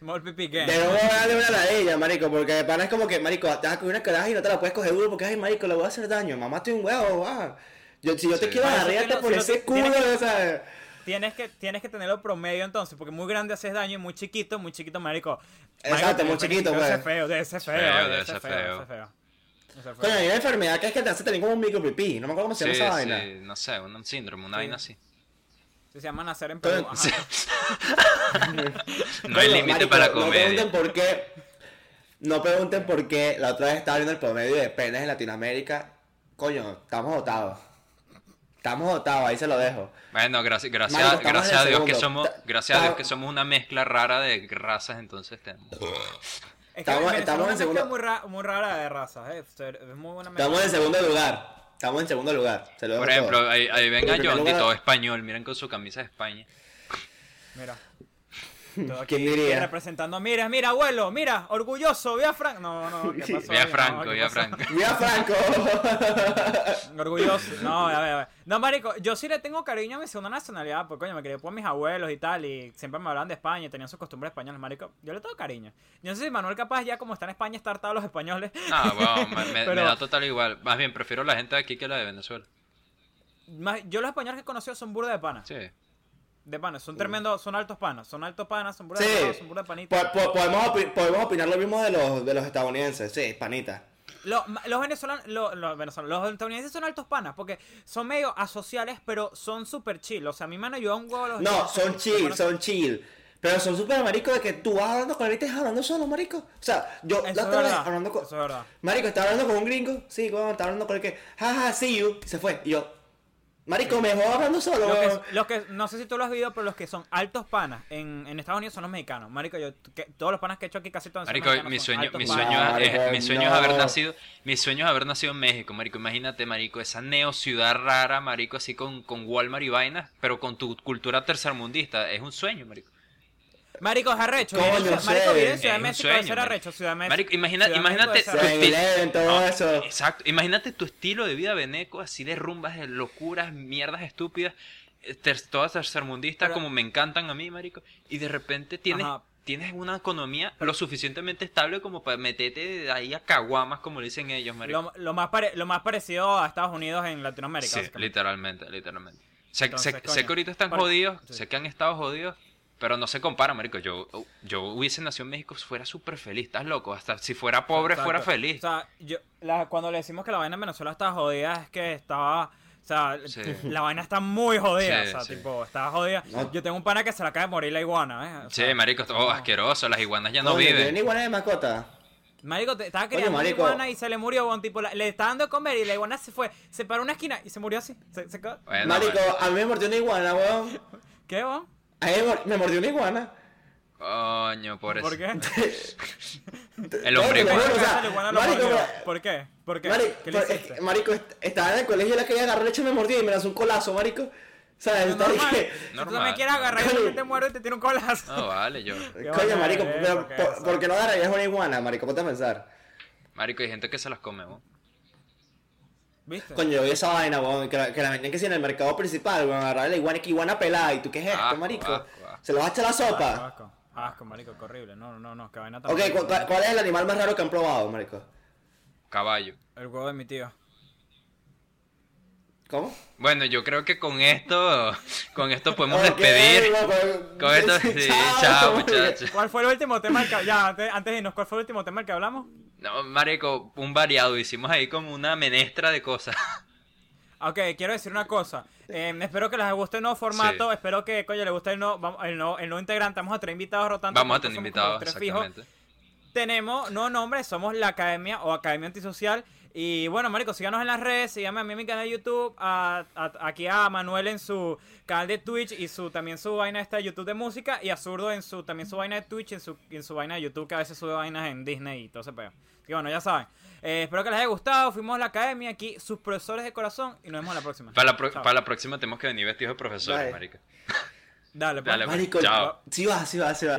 S2: Small Pipi Gang.
S3: Pero voy a darle una ladilla, marico, porque de pana es como que, marico, te vas a coger una caraja y no te la puedes coger duro porque, ay, marico, le voy a hacer daño. Mamá, estoy un huevo, va. Yo, si yo te
S1: Sí.
S3: quiero
S2: Bueno, eso
S3: agarrarte
S2: tiene-
S3: por
S2: si no
S3: ese
S2: te- tiene
S3: culo,
S2: que-
S3: o sea.
S2: Tienes que, tienes que tenerlo promedio entonces, porque muy grande haces daño y muy chiquito, muy chiquito, marico.
S3: Exacto,
S2: Marico,
S3: muy
S2: ese
S3: chiquito,
S2: feo, Ese
S3: pues.
S2: feo, de ese feo,
S1: Feo,
S2: de
S1: de
S2: ese
S1: ese
S2: feo,
S1: feo.
S2: ese feo. Ese feo.
S3: Coño, hay una enfermedad que es que te hace tener como un micropipí, no me acuerdo cómo se
S1: Sí,
S3: llama esa vaina.
S1: sí, no sé, un síndrome, una vaina así.
S2: Se llama nacer en Perú.
S3: Coño,
S2: ajá.
S1: Sí. No hay
S3: Coño,
S1: límite
S3: marico,
S1: para
S3: No
S1: comedia.
S3: pregunten por qué. No pregunten por qué. La otra vez estaba viendo el promedio de penes en Latinoamérica. Coño, estamos votados. Estamos votados, ahí se lo dejo.
S1: Bueno, gracias, gracias,
S3: Marico, estamos
S1: gracias
S3: en
S1: a
S3: el
S1: Dios que
S3: segundo.
S1: somos,
S3: Ta-
S1: gracias a Dios que
S3: ta-
S1: somos una mezcla rara de razas, entonces tenemos.
S2: Es que
S3: Estamos-
S2: Venezuela
S3: estamos en
S2: es una mezcla
S3: segundo-
S2: muy, ra- muy rara de razas, eh. Es es muy buena mezcla.
S3: Estamos en segundo lugar. Estamos en segundo lugar. Se lo dejo
S1: Por
S3: todo.
S1: ejemplo, ahí, ahí ven
S3: En
S1: a
S3: primer
S1: John,
S3: lugar-
S1: todo español, miren con su camisa de España.
S2: Mira. Todo aquí
S3: ¿Quién diría?
S2: representando. Mira, mira, abuelo, mira, orgulloso, ve a Franco. No, no, ¿qué pasó?
S1: Ve a
S2: ahí? No,
S1: Franco,
S2: ¿qué
S1: ve a
S2: pasó?
S1: Franco.
S3: ¡Mira, Franco!
S2: Orgulloso. No, a ver, a ver. No, marico, yo sí le tengo cariño a mi segunda nacionalidad, porque coño, me crié por mis abuelos y tal, y siempre me hablaban de España y tenían sus costumbres españolas, marico. Yo le tengo cariño. Yo no sé si Manuel capaz ya como está en España está hartado de los españoles.
S1: Ah, wow, me, me- me
S2: Pero-
S1: da total igual. Más bien, prefiero la gente de aquí que la de Venezuela.
S2: Más- Yo los españoles que he conocido son burda de panas.
S1: Sí.
S2: De panas, son tremendos, son altos panas, son altos panas, son burda
S3: Sí.
S2: de panas, son burda de panitas.
S3: Po- po- podemos, opi- podemos opinar lo mismo de los, de los estadounidenses, sí, panita.
S2: Lo- ma- los venezolanos, lo- los venezolanos, los estadounidenses son altos panas porque son medio asociales, pero son súper chill. O sea, a mí me han ayudado un huevo los
S3: No,
S2: estadounidenses
S3: son
S2: porque
S3: chill,
S2: fueron-
S3: son chill. Pero son súper maricos de que tú vas hablando con él y te estás hablando solo, marico. O sea, yo
S2: Eso
S3: la
S2: es
S3: otra vez
S2: verdad,
S3: hablando con.
S2: eso es verdad.
S3: Marico, estaba hablando con un gringo. Sí, weón, estaba hablando con el que. Jaja, see you. y Se fue. Y yo. Marico, mejor hablando solo,
S2: Los
S3: weón.
S2: que, los que- no sé si tú lo has visto, pero los que son altos panas en, en Estados Unidos son los mexicanos. Marico, yo que- todos los panas que he hecho aquí casi todos son
S1: Marico,
S2: mexicanos,
S1: mi
S2: son
S1: sueño,
S2: altos
S1: mi
S2: panas.
S1: sueño,
S3: Marico,
S1: es, eh, mi sueño es
S3: no.
S1: haber nacido, mi sueño es haber nacido en México, marico. Imagínate, marico, esa neo ciudad rara, marico, así con, con Walmart y vainas, pero con tu cultura tercermundista, es un sueño, marico.
S2: Marico es arrecho.
S3: Coño,
S2: viene-
S3: sí.
S2: marico viene en Ciudad
S1: Es
S2: de
S1: un
S2: México
S1: sueño,
S2: de ser
S1: marico.
S2: arrecho. Ciudad de México.
S1: Marico, imagina-
S2: Ciudad de México
S1: imagínate-
S2: de
S1: Pero
S2: ser
S3: Se
S2: arrecho.
S1: es que-
S3: eleven, todo
S1: No,
S3: eso.
S1: Exacto. Imagínate tu estilo de vida veneco, así de rumbas, de locuras, mierdas estúpidas, eh, ter- todas tercermundistas
S2: Pero-
S1: como me encantan a mí, marico, y de repente tienes
S2: Ajá.
S1: Tienes una economía lo suficientemente estable como para meterte ahí a caguamas, como le dicen ellos, marico.
S2: Lo, lo más pare- lo más parecido a Estados Unidos en Latinoamérica.
S1: Sí,
S2: básicamente.
S1: literalmente, literalmente. Sé,
S2: Entonces,
S1: sé-
S2: coño,
S1: sé que ahorita están
S2: para-
S1: jodidos,
S2: sí.
S1: sé que han estado jodidos, pero no se compara, marico. Yo, yo hubiese nacido en México, fuera súper feliz, estás loco. Hasta si fuera pobre,
S2: Exacto.
S1: fuera
S2: O
S1: feliz.
S2: sea, yo, la- cuando le decimos que la vaina en Venezuela está jodida, es que estaba. O sea,
S1: Sí.
S2: la vaina está muy jodida.
S1: Sí,
S2: o sea,
S1: sí.
S2: tipo, está jodida.
S3: No.
S2: Yo tengo un pana que se le acaba de morir la iguana, ¿eh? O
S1: Sí,
S2: sea,
S1: marico, todo asqueroso, las iguanas ya no
S3: Coño,
S1: viven.
S3: tienen iguana de mascota.
S2: Marico, te- estaba
S3: Coño,
S2: criando una
S3: marico.
S2: iguana y se le murió, weón, tipo, la- le estaba dando de comer y la iguana se fue, se paró en una esquina y se murió así. Se, se quedó.
S1: Bueno,
S3: Marico,
S1: bueno.
S3: a mí me mordió una iguana, weón.
S2: ¿Qué, weón?
S3: A mí me mor- me mordió una iguana.
S1: Coño, por eso.
S2: ¿Por qué?
S1: El hombre
S3: Bueno,
S1: iguana.
S3: o sea,
S2: Se le iguana la
S3: marico,
S2: mordió.
S3: pero-
S2: ¿Por qué? ¿Por qué?
S3: Mari-
S2: ¿Qué le
S3: por- es
S2: hiciste?
S3: que, marico, est- estaba en el colegio y la quería agarrar leche me mordió y me lanzó un colazo, marico. O sea,
S2: Normal.
S3: estaba dije,
S2: Si tú
S1: Normal.
S2: me quieres agarrar, yo también te muero y te tiro un colazo.
S1: No, vale, yo.
S2: Qué
S3: coño,
S2: bueno,
S3: marico,
S2: eh,
S3: pero
S2: porque
S3: por,
S2: eso.
S3: ¿por qué no agarrarías una iguana, marico? Ponte a pensar.
S1: Marico, hay gente que se las come, ¿no?
S2: ¿Viste?
S3: Coño, yo vi esa vaina, weón, que la, que la venden que si en el mercado principal, weón, agarrar la iguana, que iguana pelada, y tú, ¿qué es esto,
S1: Asco,
S3: marico?
S1: asco, asco.
S3: ¿Se lo vas a echar
S2: Ah,
S3: a la sopa?
S2: Asco, asco, marico, qué horrible. No, no, no, qué vaina tan
S3: Ok, ¿cu- cu-
S2: horrible.
S3: ¿cuál, es el animal más raro que han probado, marico?
S1: Caballo.
S2: El huevo de mi tío.
S3: ¿Cómo?
S1: Bueno, yo creo que con esto, con esto podemos
S3: Ok,
S1: despedir.
S3: loco.
S1: Con esto, sí, chao, muchachos.
S2: ¿Cuál fue el último tema al que ya, antes, antes de irnos, ¿cuál fue el último tema al que hablamos?
S1: No, marico, un variado. Hicimos ahí como una menestra de cosas.
S2: Ok, quiero decir una cosa. Eh, espero que les guste el nuevo formato.
S1: Sí.
S2: Espero que, coño, les guste el nuevo, vamos- el, nuevo, el nuevo integrante. Vamos a tener invitados rotantes.
S1: Vamos a
S2: porque
S1: tener
S2: somos como
S1: invitados,
S2: tres fijos.
S1: exactamente.
S2: Tenemos nuevo nombre. Somos la Academia o Academia Antisocial. Y bueno, marico, síganos en las redes. Síganme a mí en mi canal de YouTube. a- a- aquí a Manuel en su canal de Twitch y su también su vaina esta de YouTube de música. Y a Zurdo en su también su vaina de Twitch y en su, y en su vaina de YouTube que a veces sube vainas en Disney y todo ese pedo. Y bueno, ya saben. Eh, espero que les haya gustado. Fuimos la Academia aquí, sus profesores de corazón. Y nos vemos en la próxima.
S1: Para la, pro-
S2: Chao.
S1: para la próxima tenemos que venir vestidos de profesores,
S3: Vale.
S1: marico.
S2: Dale, pues.
S1: Dale, pues.
S3: Marico,
S1: Chao.
S3: sí va, sí va, sí va.